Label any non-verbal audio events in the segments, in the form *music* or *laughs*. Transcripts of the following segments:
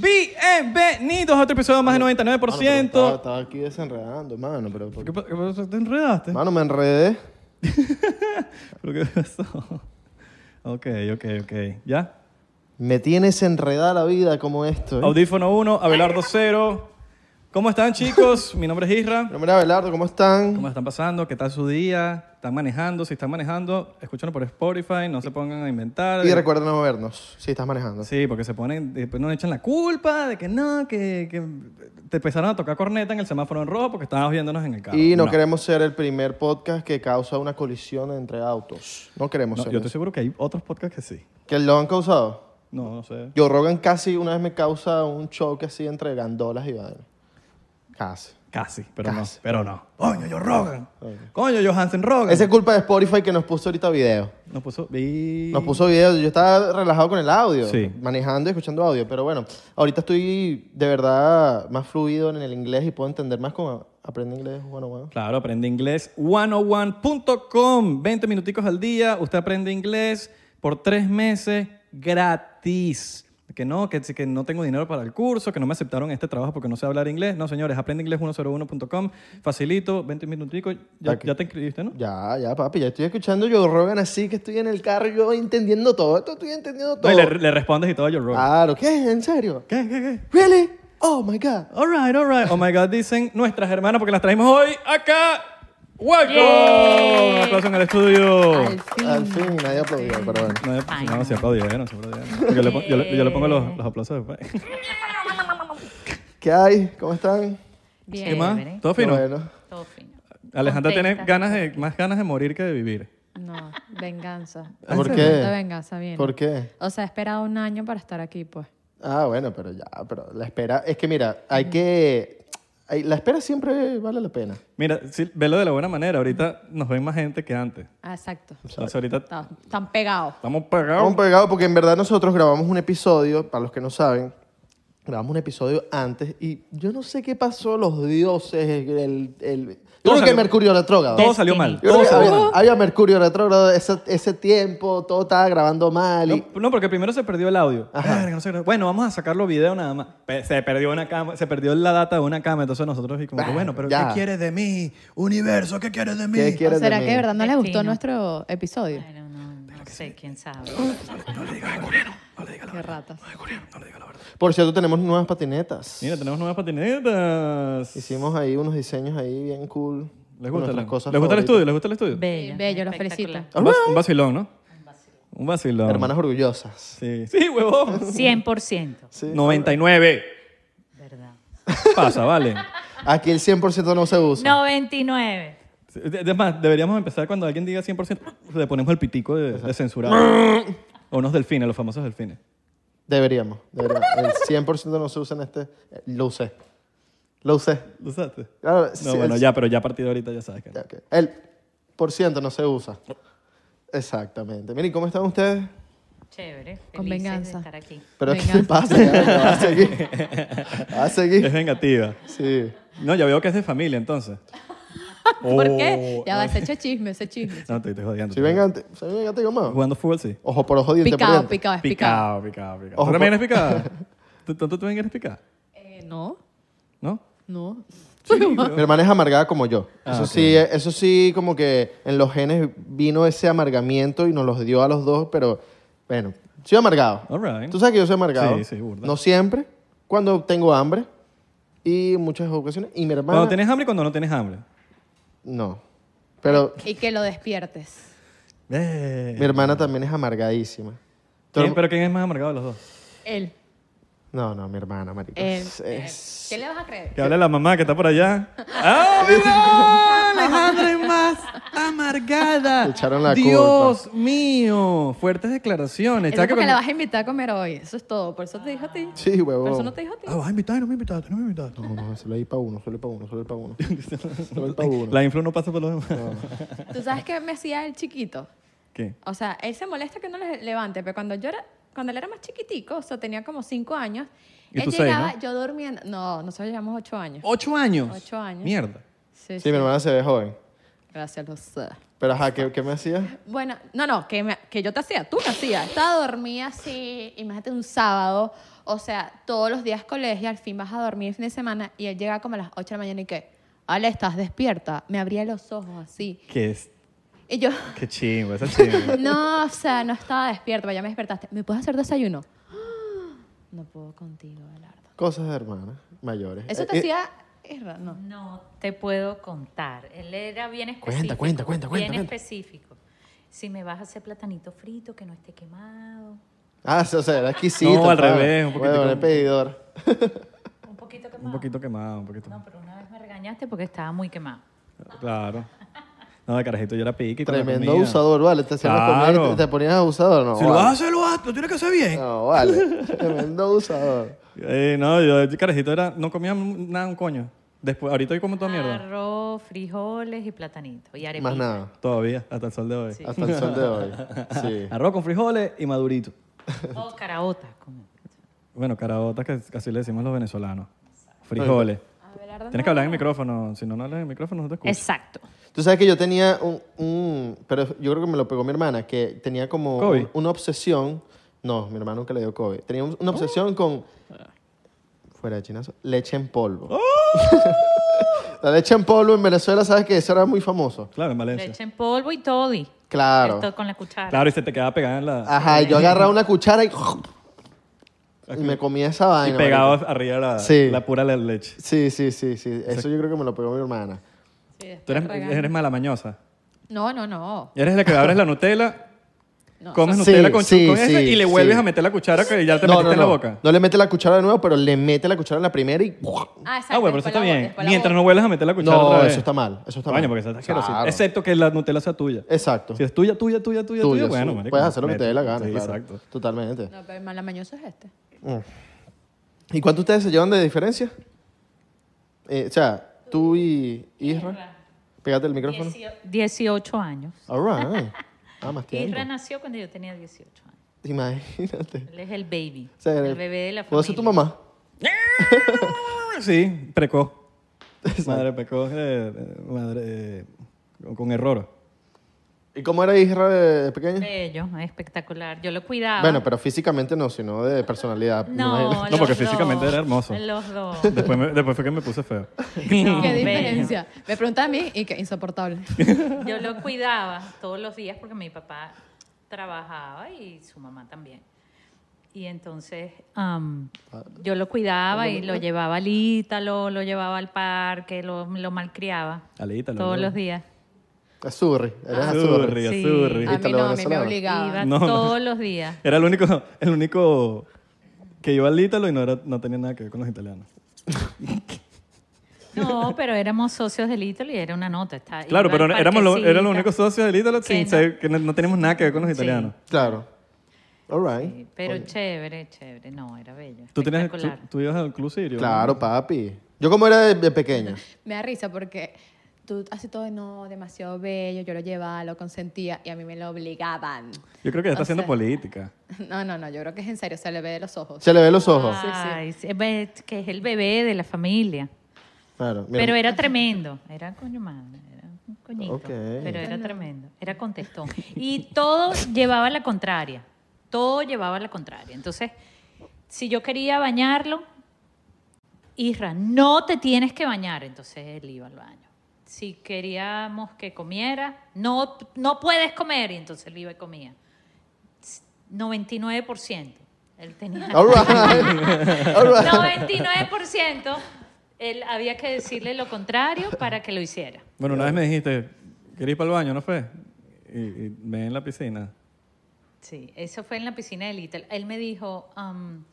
Bienvenidos a otro episodio más de Mano, pero 99%. Estaba, estaba aquí desenredando, mano, pero... ¿Qué pa- qué pasó? ¿Te enredaste? Mano, me enredé. ¿Pero qué pasó? *laughs* Ok, ok, ok. ¿Ya? Me tienes enredada la vida como esto. ¿eh? Audífono 1, Abelardo 0. ¿Cómo están, chicos? Mi nombre es Isra. Pero mira, Abelardo, ¿cómo están? ¿Cómo están pasando? ¿Qué tal su día? ¿Están manejando? Si están manejando, escúchanos por Spotify. No se pongan a inventar. Y recuerda no movernos si estás manejando. Sí, porque se ponen, después nos echan la culpa de que no, que, que te empezaron a tocar corneta en el semáforo en rojo porque estabas viéndonos en el carro. y no, queremos ser el primer podcast que causa una colisión entre autos. No queremos No, ser yo estoy eso. seguro que hay otros podcasts que sí. ¿Que lo han causado? No, no sé. Yo Rogan casi una vez me causa un choque así entre gandolas y vaina. Casi. Casi, pero Casi. no. Pero no. Coño, yo Rogan. Coño, Johansen Rogan. Esa es culpa de Spotify que nos puso ahorita video. Nos puso. y- Nos puso video, yo estaba relajado con el audio, Sí. manejando y escuchando audio, pero bueno, ahorita estoy de verdad más fluido en el inglés y puedo entender más con aprende inglés, bueno, bueno. Claro, aprende inglés 101.com. 20 minuticos al día. Usted aprende inglés por tres meses gratis. Que no, que, que no tengo dinero para el curso, que no me aceptaron este trabajo porque no sé hablar inglés. No, señores, aprende inglés 101.com. Facilito, 20 minuticos. Ya, Aquí. ya te inscribiste, ¿no? Ya, ya, papi, ya estoy escuchando yo Rogan así que estoy en el carro yo entendiendo todo, esto estoy entendiendo No, todo. y le, le respondes y todo a Joe Rogan. Claro, ¿qué? ¿En serio? ¿Qué, qué, qué? Really? Oh my god. All right, all right. Oh my God, dicen nuestras hermanas porque las traemos hoy acá. ¡Welcome! Un aplauso en el estudio. Al fin. Al fin nadie aplaudió, pero bueno. No, no, no, se aplaudieron, se aplaudieron. Porque Yo le, pon- yo le- yo le pongo los, los aplausos después. ¿Qué hay? ¿Cómo están? Bien. ¿Qué más? ¿Todo fino? Bueno, Todo fino. Alejandra tiene Contenta. ganas de, más ganas de morir que de vivir. No, venganza. Ah, ¿Por Esa qué? tanta venganza viene. ¿por qué? O sea, he esperado un año para estar aquí, pues. Ah, bueno, pero ya, pero la espera, es que mira, hay que hay- la espera siempre vale la pena. Mira, sí, velo de la buena manera. Ahorita nos ven más gente que antes. Ah, exacto. Entonces ahorita Está- Están pegados. estamos pegados. Estamos pegados porque en verdad nosotros grabamos un episodio, para los que no saben, grabamos un episodio antes y yo no sé qué pasó, los dioses, el... el yo Todo creo que salió- Mercurio retrógrado. Todo salió mal. Yo creo Todo que salió había, mal. había Mercurio retrógrado ese, ese tiempo, todo estaba grabando mal y... No, no, porque primero se perdió el audio. Verga, no sé qué. bueno, vamos a sacarlo video nada más. Pe- Se perdió una cama, se perdió la data de una cama, entonces nosotros y como que, Bah, bueno, pero Ah, ya. ¿qué quieres de mí? Universo, ¿qué quieres de mí? ¿Qué quieres de ¿Será mí? que de verdad no les gustó Destino. nuestro episodio? No, no, no sé, quién sabe. Eh, Qué ratas. Por cierto, tenemos nuevas patinetas. Mira, tenemos nuevas patinetas. Hicimos ahí unos diseños ahí bien cool. ¿Les con gusta, nuestras la- cosas ¿Les gusta el favoritas. estudio? ¿Les gusta el estudio? Bello. Bello, los felicito. Un, vas- un vacilón, ¿no? Un vacilón. Hermanas orgullosas. Sí, *laughs* sí *laughs* huevón. 100%. 99. ¿Verdad? Pasa, vale. Aquí el 100% no se usa. 99. Es más, deberíamos empezar cuando alguien diga 100%, le ponemos el pitico de, de *laughs* censurado. o unos delfines, los famosos delfines. Deberíamos, deberíamos. El 100% no se usa en este. Lo usé. Lo usé. ¿Lo usaste? Claro, No, sí, bueno, el- ya, pero ya a partir de ahorita ya sabes que no. Ya, ok. El por ciento no se usa. Exactamente. Miren, ¿cómo están ustedes? Chévere. Felices Con venganza. De estar aquí. Pero Venga. ¿qué pasa? Va a *laughs* seguir. Va a Es seguir. vengativa. Sí. No, ya veo que es de familia, entonces. *laughs* ¿Por Oh, qué? Ya va, ese eche chisme, ese *laughs* chisme. No, estoy, estoy jodiendo. Si estoy jodiendo. vengan, si vengan, te digo más. Jugando fútbol, sí. Ojo por ojo, diente Picado, por diente. picado, es Picado, picado. picado, picado. Ojo, pues. ¿Tú también por- eres picada? *laughs* ¿Tú, tú, tú también eres picada? Eh, no, ¿No? no. Mi hermana es amargada como yo. Ah, eso sí, eso sí, como que en los genes vino ese amargamiento y nos los dio a los dos, pero bueno, soy amargado. All right. Tú sabes que yo soy amargado. Sí, sí, burda. No siempre, cuando tengo hambre y muchas ocasiones. Y mi hermana. Cuando tienes hambre y cuando no tienes hambre. No. Pero Y que lo despiertes. Eh. mi hermana también es amargadísima. ¿Quién- ¿Pero quién es más amargado de los dos? Él. No, no, mi hermana, marico. Eh, Es- eh, es- ¿Qué le vas a creer? Que hable la mamá que está por allá. *laughs* ¡Ah, mira! Alejandra es más amargada. Le echaron la Dios mío. Fuertes declaraciones. Eso ¿Sabes es que porque cuando- la vas a invitar a comer hoy. Eso es todo. Por eso te dijo a ti. Sí, oh. huevón. Por eso no te dijo a ti. Ah, vas a invitar, no me invitaste, no me invitaste. No, no, solo hay para uno, solo hay para uno, solo hay para *laughs* uno. Solo hay para uno. La influ no pasa por los demás. ¿Tú sabes qué me hacía el chiquito? *laughs* ¿Qué? O sea, él se molesta que uno le levante, pero cuando yo era, cuando él era más chiquitico, o sea, tenía como cinco años, Y él tú seis, llegaba, ¿no? Oh, yo dormía, no, nosotros llevamos ocho años. ¿Ocho años? Ocho años. Mierda. Sí, Sí, mi hermana se ve joven. Gracias, los. Pero ajá, ¿qué, qué me hacías? Bueno, no, no, que, me- que yo te hacía, tú me hacías. Estaba dormida así, imagínate un sábado, o sea, todos los días colegio, al fin vas a dormir el fin de semana, y él llegaba como a las ocho de la mañana y que, Ale, estás despierta. Me abría los ojos así. ¿Qué es? Y yo, Qué chingo, esa *laughs* chingo. No, o sea, no estaba despierta, pero ya me despertaste. ¿Me puedes hacer desayuno? *gasps* No puedo contigo, Abelardo. Cosas de hermanas mayores. Eso Eh, te eh, hacía... Es raro, no. No te puedo contar. Él era bien específico. cuenta, cuenta, cuenta, Bien cuenta. específico. Si me vas a hacer platanito frito, que no esté quemado. Ah, sí, o sea, era exquisito. No, al claro. revés, un poquitico. Huevón, el pedidor. Un poquito quemado. Un poquito quemado, un poquito. No, pero una vez me regañaste porque estaba muy quemado. Claro. No, de carajito yo era pique. con la Tremendo comida. abusador, vale. Te hacían Claro. comer y te, te ponías abusador, ¿no? Si lo vale. haces, lo haces, lo tienes que hacer bien. *laughs* No, vale. Tremendo abusador. Eh, no, yo, yo carajito era, no comía nada, un coño. Después, ahorita hoy como toda mierda. Arroz, frijoles y platanito. Y arepita. Más nada. Todavía, hasta el sol de hoy. Hasta el sol de *laughs* hoy. Sí. Arroz con frijoles y madurito. O caraotas. como- Bueno, caraotas, que así le decimos los venezolanos. Frijoles. Tienes que hablar en el micrófono, si no, no hablas en el micrófono no te escuchas. Exacto. Tú sabes que yo tenía un, un- Pero yo creo que me lo pegó mi hermana, que tenía como ¿Covid? un- una obsesión. No, mi hermano nunca le dio COVID. Tenía un- una obsesión con. Fuera de chinazo. Leche en polvo. ¡Oh! *laughs* La leche en polvo en Venezuela, sabes que eso era muy famoso. Claro, en Valencia. Leche en polvo y toddy. Claro. Esto con la cuchara. Claro, y se te queda pegada en la... Ajá, y yo agarraba una cuchara y. y me comía esa y vaina. pegado marico. arriba la, Sí. la pura le- leche. Sí, sí, sí, sí. Eso yo creo que me lo pegó mi hermana. Tú eres, eres malamañosa. No, no, no. Eres la que abres la Nutella, *laughs* No, comes sí, Nutella con, sí, con ese sí, y le vuelves sí. a meter la cuchara que ya te no, metiste no, en la no. boca. No le mete la cuchara de nuevo, pero le mete la cuchara en la primera y. Ah, Ah, bueno, pero eso después está la bo- bien. después la Mientras bo- no vuelvas a meter la cuchara No, otra vez. eso está mal. Eso está Coño, mal. porque eso está asqueroso. Claro. Excepto que la Nutella sea tuya. Exacto. Si es tuya, tuya, tuya, tuya, Tuyo, tuya, sí. bueno, marico, Puedes hacer lo que te dé la métete. gana, Sí, claro. exacto. Totalmente. No, pero el malamañoso es este. ¿Y cuánto ustedes se llevan de diferencia? Eh, o sea, tú y Isra. Pégate el micrófono. 18 años. All right. Ah, más tiempo. *laughs* Isra nació cuando yo tenía 18 años. Imagínate. Él es el baby. O sea, el bebé de la familia. ¿Puedo ser tu mamá? *laughs* Sí, precoz. Madre precoz, eh, eh, madre eh, con, con error. ¿Y cómo era Isra de, de pequeña? Bello, espectacular. Yo lo cuidaba. Bueno, pero físicamente no, sino de personalidad. me No, imagino. No, porque los físicamente dos. era hermoso. *laughs* Los dos. Después, me- después fue que me puse feo. No, Qué bello. diferencia. Me pregunta a mí y que insoportable. Yo lo cuidaba todos los días porque mi papá trabajaba y su mamá también. Y entonces am, yo lo cuidaba y lo llevaba al Ítalo, lo llevaba al parque, lo, lo malcriaba. Al Ítalo, Todos ¿no? los días. Azurri. Eres Ah. azurri. Azurri, Sí. azurri. A mí Grítalo, no, a mí me venezolano. obligaba. Iba No, no. todos los días. Era el único, el único que iba al Ítalo y no, era, no tenía nada que ver con los italianos. No, pero éramos socios del Ítalo y era una nota. está- Claro, iba al pero éramos los, parquecito. eran los únicos socios del Ítalo sin no. ser- que no, no teníamos nada que ver con los Sí. italianos. Claro. All right. Sí, Pero chévere, chévere. No, era bello. Tú, tenías, tú, espectacular. tú ibas al Club Sirio. Claro, papi. ¿Yo cómo era de, de pequeña? Me da risa porque tú haces todo, no, demasiado bello, yo lo llevaba, lo consentía y a mí me lo obligaban. *laughs* Yo creo que ya está O haciendo sea- política. No, no, no, yo creo que es en serio, se le ve de los ojos. Se le ve los ojos. Ay, sí, ve- que es el bebé de la familia. Claro. mira. Pero era tremendo. Era coño madre. Era un coñito. Ok. Pero era tremendo. Era contestón. Y todo llevaba la contraria. Todo llevaba la contraria. Entonces, si yo quería bañarlo, Isra, no te tienes que bañar. Entonces él iba al baño. Si queríamos que comiera, no, no puedes comer. Y entonces él iba y comía. 99%. Él tenía. All right. *laughs* All right. 99% él había que decirle lo contrario para que lo hiciera. Bueno, una vez me dijiste, ¿querés ir para el baño? ¿No fue? Y, y me en la piscina. Sí, eso fue en la piscina de Little. Él me dijo, am,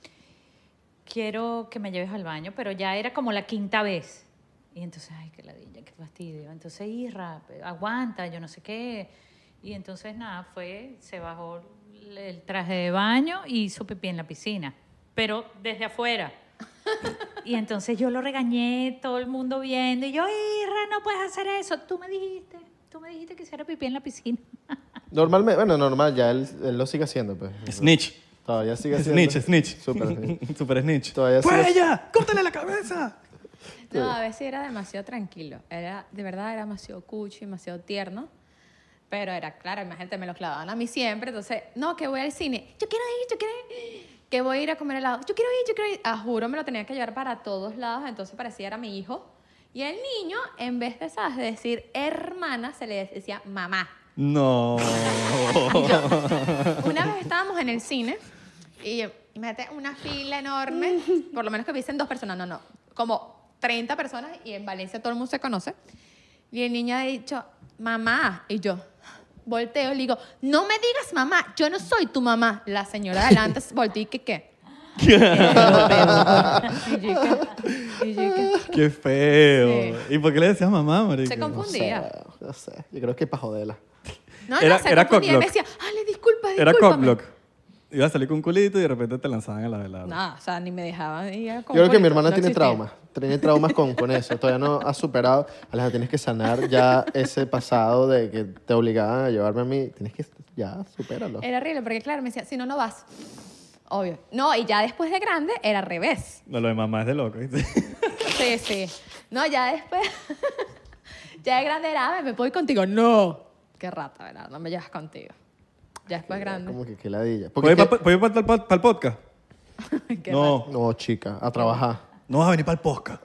quiero que me lleves al baño, pero ya era como la quinta vez. Y entonces, ay, qué ladilla, qué fastidio. Entonces, Isra, aguanta, yo no sé qué. Y entonces, nada, fue, se bajó el- el traje de baño y hizo pipí en la piscina, pero desde afuera. Y entonces yo lo regañé, todo el mundo viendo, y yo, Isra, no puedes hacer eso. Tú me dijiste, tú me dijiste que hiciera pipí en la piscina. Normalmente, bueno, normal, ya él, él lo sigue haciendo, pues. Snitch. Todavía sigue haciendo. Snitch, snitch. *laughs* *laughs* Súper snitch. Super snitch. Todavía ¡Fue sigue- *laughs* ella! ¡Córtale la cabeza! No, a veces era demasiado tranquilo. Era, de verdad era demasiado cucho, demasiado tierno. Pero era claro, imagínate, me lo clavaban a mí siempre. Entonces, no, que voy al cine. Yo quiero ir, yo quiero ir. Que voy a ir a comer helado. Yo quiero ir, yo quiero ir. Ah, juro, me lo tenía que llevar para todos lados. Entonces parecía era mi hijo. Y el niño, en vez de, ¿sabes? de decir hermana, se le decía mamá. *laughs* No. Una vez estábamos en el cine y yo, imagínate una fila enorme, por lo menos que dicen dos personas, no, no, como 30 personas y en Valencia todo el mundo se conoce. Y el niño ha dicho, mamá, y yo volteo y le digo, no me digas mamá, yo no soy tu mamá. La señora *laughs* de adelante volteó y que qué. Y yo, ¿qué? Y yo, ¿qué? ¡Qué feo! ¿Y por qué le decías mamá, marico? Se No sé, confundía. no sé. Yo creo que es para joderla. No, Era- no, se era confundía. Y me cockblock. decía, le disculpa, disculpa. Era cockblock. Iba a salir con un culito y de repente te lanzaban a la velada. No, o sea, ni me dejaban. y era Yo como creo que mi bonito, hermana no tiene existía. traumas. Tiene traumas con, con eso. Todavía no ha superado. Aleja, tienes que sanar ya ese pasado de que te obligaban a llevarme a mí. Tienes que. Ya, supéralo. Era horrible, porque claro, me decía, si no, no vas. Obvio. No, y ya después de grande era al revés. No, lo de mamá es de loco. ¿viste? Sí, sí. No, ya después. *laughs* ya de grande era, "Ay, me voy contigo. No. Qué rata, ¿verdad? No me llevas contigo. Ya después grande. Como que qué ladilla. *laughs* ¿Puedo Porque ir es que- para el pod- pa' el podcast? Qué rata. No, No, chica, a trabajar. no vas a venir para el podcast.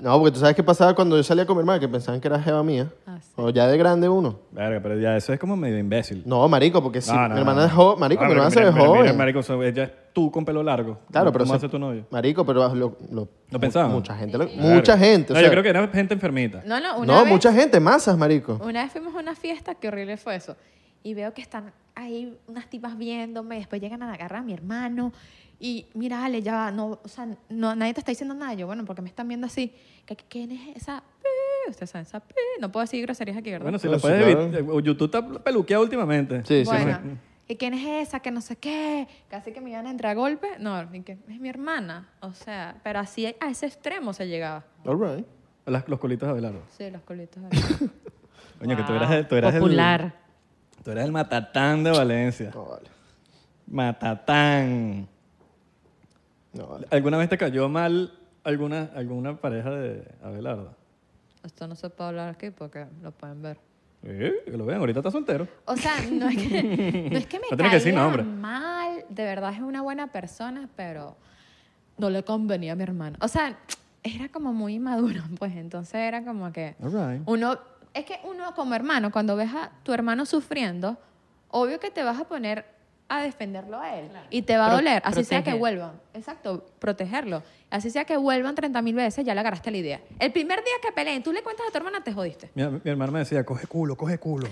No, porque tú sabes qué pasaba cuando yo salía con mi hermana, que pensaban que era jeva mía. Ah, sí. O ya de grande uno. Verga, pero ya eso es como medio imbécil. No, marico, porque si No, no, mi no, hermana no. es joven, marico, No, mi hermana se mira, ve mira, joven. mira, marico, so- ella es tú con pelo largo. Claro, ¿Cómo- pero ¿Cómo se- hace tu novio? Marico, pero lo, lo- ¿Lo pensaban? Mucha gente, lo- Verga. mucha gente. o No, sea, yo creo que era gente enfermita. No, no, una no, vez. mucha gente, masas, marico. Una vez fuimos a una fiesta, qué horrible fue eso. Y veo que están ahí unas tipas viéndome, después llegan a agarrar a mi hermano. Y mira, Ale, ya, va, no, o sea, no, nadie te está diciendo nada. Yo, bueno, porque me están viendo así. ¿Qué- ¿Quién es esa? p-? Ustedes saben, esa p-? No puedo decir groserías aquí, ¿verdad? Bueno, si No, la sí, puedes claro. evitar. O YouTube está peluqueado últimamente. Sí, sí, bueno, sí. ¿y quién es esa? Que no sé qué. Casi que me iban a entrar a golpe. No, ni que es mi hermana. O sea, pero así a ese extremo se llegaba. All right. Las- los colitos de Abelardo. Sí, los colitos. *laughs* Coño, que tú Wow, eras, tú eras Popular. el. Tú eras el matatán de Valencia. No, vale. Matatán. No, vale. ¿Alguna vez te cayó mal alguna, alguna pareja de Abelardo? Esto no se puede hablar aquí porque lo pueden ver. Eh, que lo vean, ahorita está soltero. O sea, no es que, no *laughs* es que me No tiene que caiga decir nombre. mal. De verdad es una buena persona, pero no le convenía a mi hermana. O sea, era como muy maduro, *laughs* pues. Entonces era como que... All right. Uno, es que uno como hermano, cuando ves a tu hermano sufriendo, obvio que te vas a poner a defenderlo a él. Y te va a Pro- doler, así sea que proteger. vuelvan. Exacto, protegerlo. Así sea que vuelvan 30 mil veces, ya le agarraste la idea. El primer día que peleen, tú le cuentas a tu hermana, te jodiste. Mi, mi hermano me decía, coge culo, coge culo.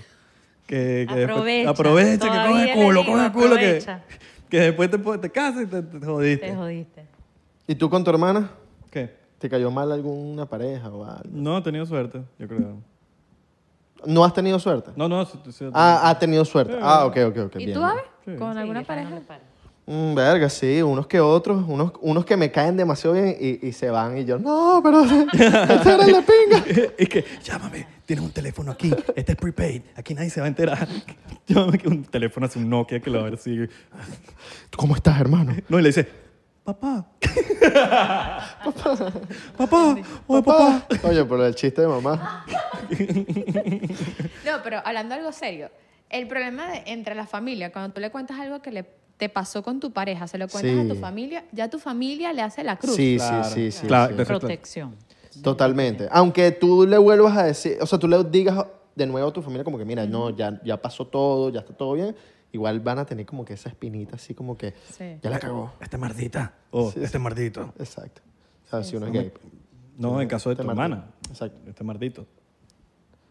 Que, que después- Aprovecha, aprovecha, que todavía coge le culo, digo, coge culo. Que, aprovecha. que después te, po- te casas y te, te jodiste. Te jodiste. ¿Y tú con tu hermana? ¿Qué? ¿Te cayó mal alguna pareja o algo? No, he tenido suerte, yo creo. ¿No has tenido suerte? No, no. sí, sí, *laughs* Ah, has tenido suerte. Ah, ok, ok, ok. ¿Y bien. tú, Ave? Sí. ¿Con Sí, alguna Isra no pareja? le para. Mm, verga, sí, unos que otros, unos, unos que me caen demasiado bien y, y se van y yo, no, pero *laughs* esta era la pinga. y que, llámame, tienes un teléfono aquí, este es prepaid, aquí nadie se va a enterar. *laughs* llámame que un teléfono hace un Nokia que lo va a ver si... ¿Cómo estás, hermano? No, y le dice, *laughs* papá. *laughs* papá. Oye, papá. Oye, pero el chiste de mamá. No, pero hablando algo serio, el problema de- entre la familia, cuando tú le cuentas algo que le, te pasó con tu pareja, se lo cuentas Sí. a tu familia, ya tu familia le hace la cruz. Sí, Claro. sí, sí, sí. Claro, sí. entonces, claro. Protección. Totalmente. Aunque tú le vuelvas a decir, o sea, tú le digas de nuevo a tu familia como que, mira, no, ya, ya pasó todo, ya está todo bien, igual van a tener como que esa espinita así como que, Sí. ya la cagó. Este mardita. O este mardito. Exacto. O sea, si uno es gay. No, en caso de Este tu mardito. hermana. Exacto. Este mardito.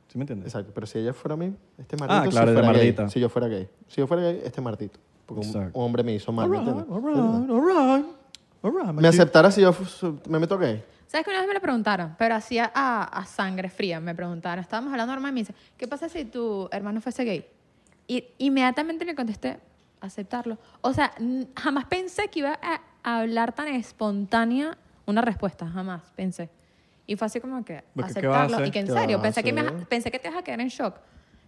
¿Sí me entiendes? Exacto, pero si ella fuera a mí, este martito Ah, claro, si de fuera gay, mardita. si yo fuera gay, si yo fuera gay, este martito, porque un Exacto. hombre me hizo mal, All ¿me right, entiendes? all right, all right. All right, Me my dude. aceptara si yo fu- su- me meto gay. ¿Sabes que una vez me lo preguntaron? Pero hacía a, a sangre fría, me preguntaron. Estábamos hablando normal y me dice, ¿qué pasa si tu hermano fuese gay? Y inmediatamente le contesté, aceptarlo. O sea, n- jamás pensé que iba a a hablar tan espontánea una respuesta, jamás pensé. Y fue así como que Porque, ¿qué vas a aceptarlo. hacer? Y que en ¿Qué vas serio, a pensé que, me, hacer? pensé que te ibas a quedar en shock.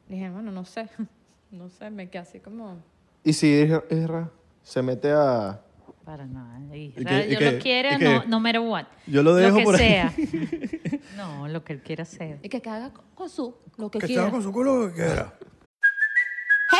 Dije, bueno, no sé. *laughs* No sé, me quedé así como... Y si Isra- Isra se mete a... *laughs* Para nada. Isra, ¿Y qué- y yo qué- lo quiera, y qué? no, no matter what. Yo lo dejo que por ahí. *laughs* sea. No, lo que él quiera hacer. Y que, que haga con- con su lo que, Que se quiera. haga con su culo lo que quiera.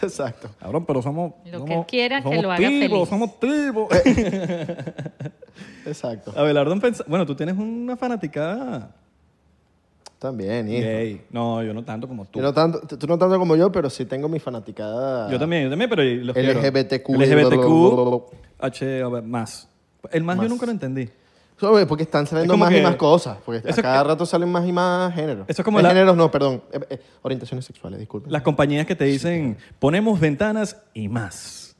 Exacto. Cabrón, pero somos. Lo que somos- quiera que somos lo haga tipos, feliz. Somos tipos. *laughs* Exacto. Eh, Abelardo, pensa- bueno, tú tienes una fanaticada También, Isra. gay. No, yo no tanto como tú. Yo no tanto, tú no tanto como yo, pero sí tengo mi fanaticada. Yo también, yo también, pero los quiero. LGBTQ. LGBTQ. H, a ver, más. El más, yo Más. nunca lo entendí. Sobre- Porque están saliendo como más que- y más cosas. Porque Eso- a cada rato salen más y más géneros. Eso es como Eh, la- Géneros no, perdón. Eh, eh, orientaciones sexuales, disculpen. Las compañías que te dicen, ponemos ventanas y más.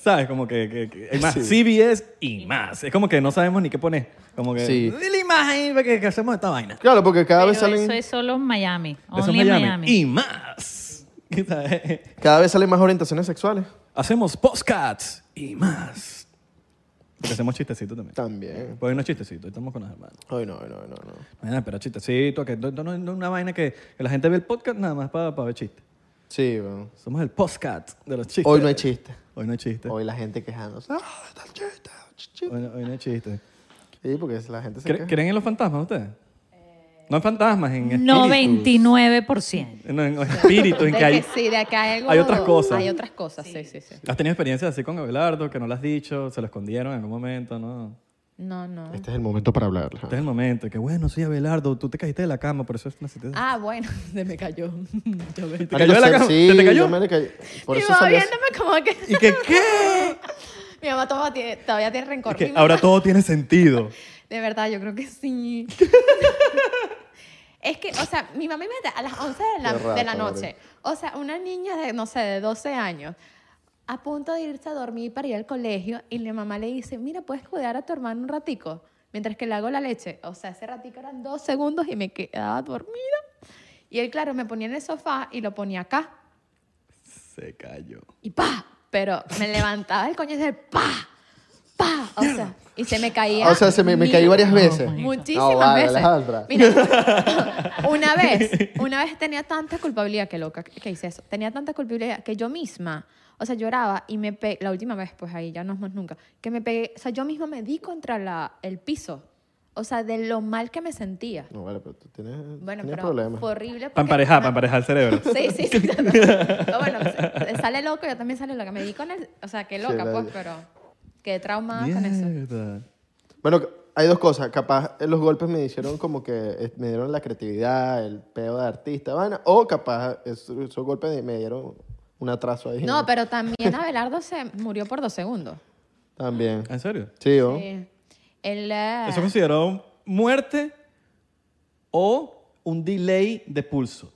¿Sabes? Como que, que- que- hay más. CBS y más. Es como que no sabemos ni qué poner. Como que. Sí. "Di la imagen que, que hacemos esta vaina. Claro, porque cada Pero vez salen... eso es solo en Miami. Eso es Only en Miami. Y más. *laughs* ¿Sabes? Cada vez salen más orientaciones sexuales. Hacemos postcats y más. Porque hacemos chistecitos también. También. Pues no es chistecito, estamos con los hermanos. Ay, no, ay, no, ay, no, no. Ah, pero chistecito, que no, no- no es una vaina que, que la gente ve el podcast nada más para ver chistes. Sí, bueno. Somos el podcast de los chistes. Hoy no hay chiste. Hoy no hay chiste. Hoy, Hoy la gente quejándose. Ah, está el chiste, ch- chiste. no, hoy no hay chiste. Sí, porque la gente se ¿Cre- queja. ¿Creen en los fantasmas ustedes? Eh, No en fantasmas, en espíritus. 99%. No, en espíritus, en De que hay... que sí, de acá hay, algo- hay otras cosas. Hay otras cosas, sí, sí, sí. ¿Has tenido experiencias así con Abelardo que no las has dicho, se lo escondieron en algún momento, no? No, no. Este es el momento para hablarla. Este es el momento, que bueno, soy Abelardo, tú te caíste de la cama, por eso es una sentencia. Ah, bueno, *laughs* se me cayó. Yo me- ¿Te cayó de la cama? Sí, ¿Se te cayó? yo me le caí. Por Mi eso mamá salió así. viéndome como que... ¿Y que qué? *laughs* Mi mamá todavía tiene, todavía tiene rencor. Es que Mi mamá- ahora todo tiene sentido. De verdad, yo creo *laughs* que sí. es que, o sea, mi mamá me mete a las 11 de la, Qué raro, de la pobre. noche. O sea, una niña de, no sé, de 12 años, a punto de irse a dormir para ir al colegio, y la mamá le dice, mira, ¿puedes cuidar a tu hermano un ratico? Mientras que le hago la leche. O sea, ese ratico eran dos segundos y me quedaba dormida. Y él, claro, me ponía en el sofá y lo ponía acá. Se cayó. y pa, pero *laughs* me levantaba el coño y decía pa, pa, o sea, y se me caía. Ah, O sea, se me, me mil- caí varias veces. Muchísimas No, vale, veces. Alejandra. Mira, *laughs* una vez, una vez tenía tanta culpabilidad, que loca que hice eso, tenía tanta culpabilidad que yo misma, o sea, lloraba y me pegué, la última vez, pues ahí ya no es más nunca, que me pegué, o sea, yo misma me di contra la, el piso, o sea, de lo mal que me sentía. No, vale, pero tú tienes, Bueno, tienes pero problemas. fue horrible. Para emparejar, para no- emparejar el cerebro. *laughs* Sí, sí, *laughs* sí. no, no. No, bueno, s- sale loco, yo también sale loca. Me di con él, o sea, qué loca, Sí, la- pues, pero quedé traumada con eso. Mierda. Bueno, hay dos cosas. Capaz eh, los golpes me hicieron como que eh, me dieron la creatividad, el peo de artista, vaina. O capaz es- esos golpes de- me dieron un atraso ahí. No, pero también Abelardo se murió por dos segundos. También. ¿En serio? Sí, ¿o? Sí. Él, eh, Eso es considerado muerte o un delay de pulso.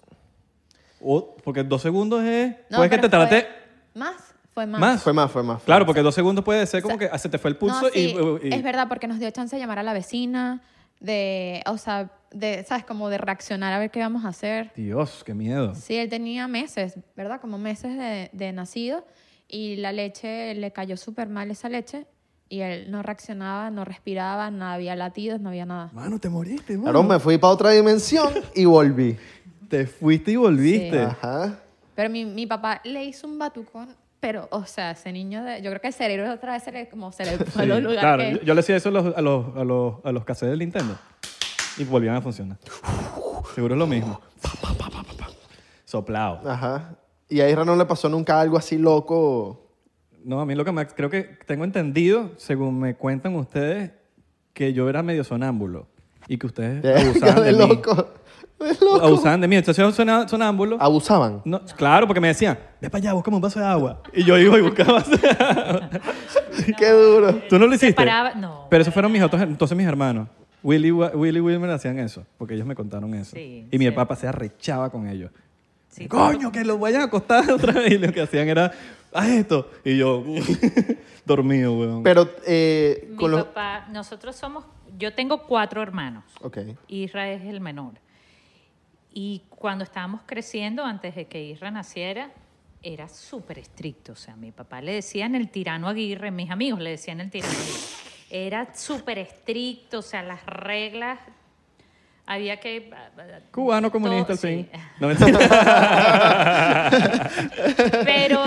O, porque dos segundos es. no, puede que te pero trate fue- Más, fue más. más. Fue más, fue más. fue Claro, más. porque dos segundos puede ser como O sea, que ah, se te fue el No, pulso sí, y, y- Es verdad, porque nos dio chance de llamar a la vecina, de, o sea, de, ¿sabes? Como de reaccionar a ver qué vamos a hacer. Dios, qué miedo. Sí, él tenía meses, ¿verdad? Como meses de, de nacido y la leche le cayó súper mal esa leche y él no reaccionaba, no respiraba, no había latidos, no había nada. Mano, te moriste, mano. Claro, me fui para otra dimensión *laughs* y volví. Te fuiste y volviste. Ajá. Pero mi, mi papá le hizo un batucón, pero, o sea, ese niño, de, yo creo que el cerebro otra vez se le, *laughs* como se le fue a los Sí, lugares claro, que- yo, yo le hacía eso a los, a los, a los, a los cassettes del Nintendo y volvían a funcionar. Seguro es lo mismo. Soplado. Ajá. Y a Isra no le pasó nunca algo así loco. No, a mí lo que me, creo que tengo entendido, según me cuentan ustedes, que yo era medio sonámbulo y que *laughs* ustedes abusaban de De mí. loco. De loco. Abusaban de mí. Entonces yo soná- sonámbulo. Abusaban. No, claro, porque me decían, ve para allá, buscame un vaso de agua. Y yo iba y buscaba. *laughs* *laughs* Qué duro. Tú no lo hiciste. paraba- no, Pero esos fueron mis otros, entonces mis hermanos. Willy, Wa- Willy y Wilmer hacían eso, porque ellos me contaron eso. Sí, y mi sí. papá se arrechaba con ellos. Sí. Coño, que los vayan a acostar *laughs* otra vez. Y lo que hacían era, haz esto. Y yo, *laughs* dormido, weón. Pero eh, Mi con los. papá, nosotros somos, yo tengo cuatro hermanos. Ok. Isra es el menor. Y cuando estábamos creciendo, antes de que Isra naciera, era súper estricto. O sea, a mi papá le decían el tirano Aguirre, mis amigos le decían el tirano Aguirre. Era súper estricto, o sea, las reglas. Había que. ah, Cubano comunista, todo- al fin. sí. No, *laughs* mentira. *laughs* Pero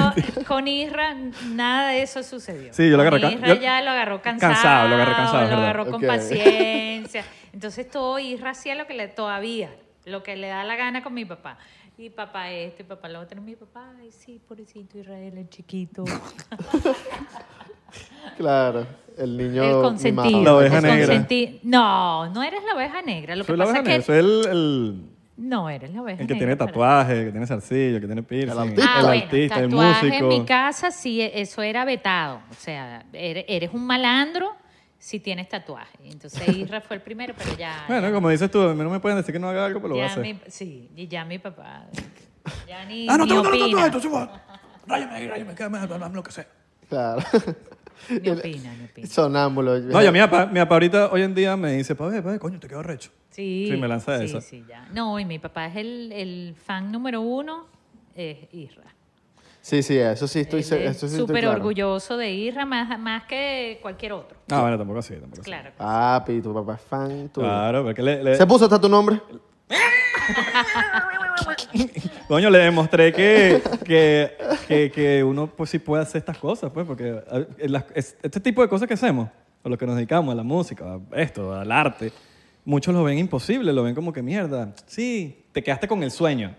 con Isra nada de eso sucedió. Sí, yo lo agarré Con ca- Isra yo- ya lo agarró cansado. Cansado, lo agarré cansado, es Lo verdad. agarró con Ok. paciencia. Entonces todo Isra hacía lo que le todavía, lo que le da la gana con mi papá. Y papá esto, y papá lo otro, y mi papá, ay sí, pobrecito Israel, *laughs* el chiquito. Claro. El niño. el mimado. consentido. La oveja el negra. consenti- No, no eres la oveja negra. Lo Soy que la pasa oveja es negra, que soy el, el, no eres la oveja el que negra, tiene pero- tatuajes, que tiene zarcillo, que tiene piercing. El autista. Ah, el bueno, artista, el tatuaje músico. en mi casa sí, e- eso era vetado. O sea, ere- eres un malandro si tienes tatuaje. *laughs* Entonces Isra fue el primero, pero ya. Bueno, como dices tú, a mí no me pueden decir que no haga algo, pero lo voy a ya hacer. mi- sí, y ya mi papá. Ya ni, Ah, no, ni tengo que opina. entonces, bueno, ráyame ahí, ráyame, quédame, hazme lo que sea. Claro. Ni opina, ni opina. Sonámbulo. No, yo mi papá, mi papá ahorita hoy en día me dice, pa' ver, pa' ver, coño, te quedo recho. Sí, Sí, me lanza sí, esa. sí, ya. No, y mi papá es el, el fan número uno, es Isra. Sí, sí, eso sí estoy. Él se- es eso sí estoy súper claro. orgulloso de Isra, más, más que cualquier otro. Ah, bueno, tampoco así, tampoco así. Claro. Papi, tu papá es fan. tuyo. Claro, porque le, le- ¿Se puso hasta tu nombre? coño, le demostré que, que, que, que uno pues sí puede hacer estas cosas, pues, porque ah, las- es- este tipo de cosas que hacemos, o lo que nos dedicamos, a la música, a esto, al arte, muchos lo ven imposible, lo ven como que mierda, sí, te quedaste con el sueño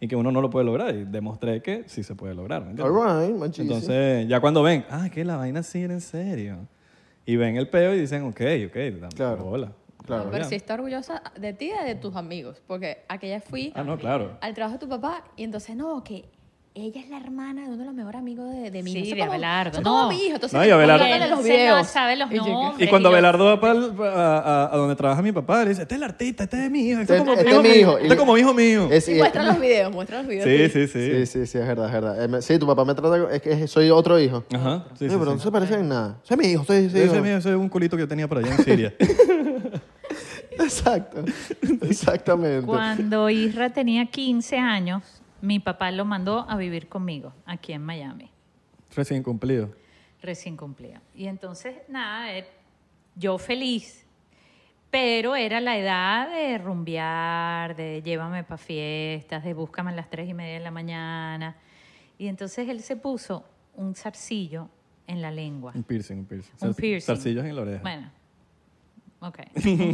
y que uno no lo puede lograr y demostré que sí se puede lograr, ¿me entiendes? All right, machisi. Entonces, ya cuando ven, ah, que la vaina sí era en serio. Y ven el peo y dicen, ok, ok, dame Claro. bola. Claro. Pero sí está orgullosa de ti y de tus amigos, porque aquella fui Ah, no, claro. al trabajo de tu papá y entonces no, que ella es la hermana de uno de los mejores amigos de, de mi Sí, hijo. Son de como- Abelardo. son como No. mi hijo, entonces No, y le pongo Abelardo- dándole los Él se no videos. sabe los Y yo que- nombres. Y cuando yo- Abelardo va pa'l- a, a- a donde trabaja mi papá, le dice, este es el artista, este es mi hijo, este, es como Este hijo es mi hijo. mío. Este es como hijo mío. Es- Y muestra los videos, muestra los videos. Sí, tuyos. sí, sí. Sí, sí, sí, es verdad, es verdad. Eh, me- Sí, tu papá me trata. Es que soy otro hijo. Ajá. Sí, Oye, sí, pero sí. no se parecen en nada. Soy mi hijo, soy, soy Ese hijo. es mío, ese es un culito que yo tenía por allá en Siria. *laughs* *laughs* Exacto. Exactamente. Cuando Isra tenía 15 años, mi papá lo mandó a vivir conmigo aquí en Miami, Recién cumplido. recién cumplido. Y entonces, nada, eh, yo feliz, pero era la edad de rumbear, de llévame para fiestas, de búscame a las 3 y media de la mañana. Y entonces él se puso un zarcillo en la lengua. Un piercing, un piercing. Un Zar- piercing. zarcillos en la oreja. Bueno. *laughs* Ok. Un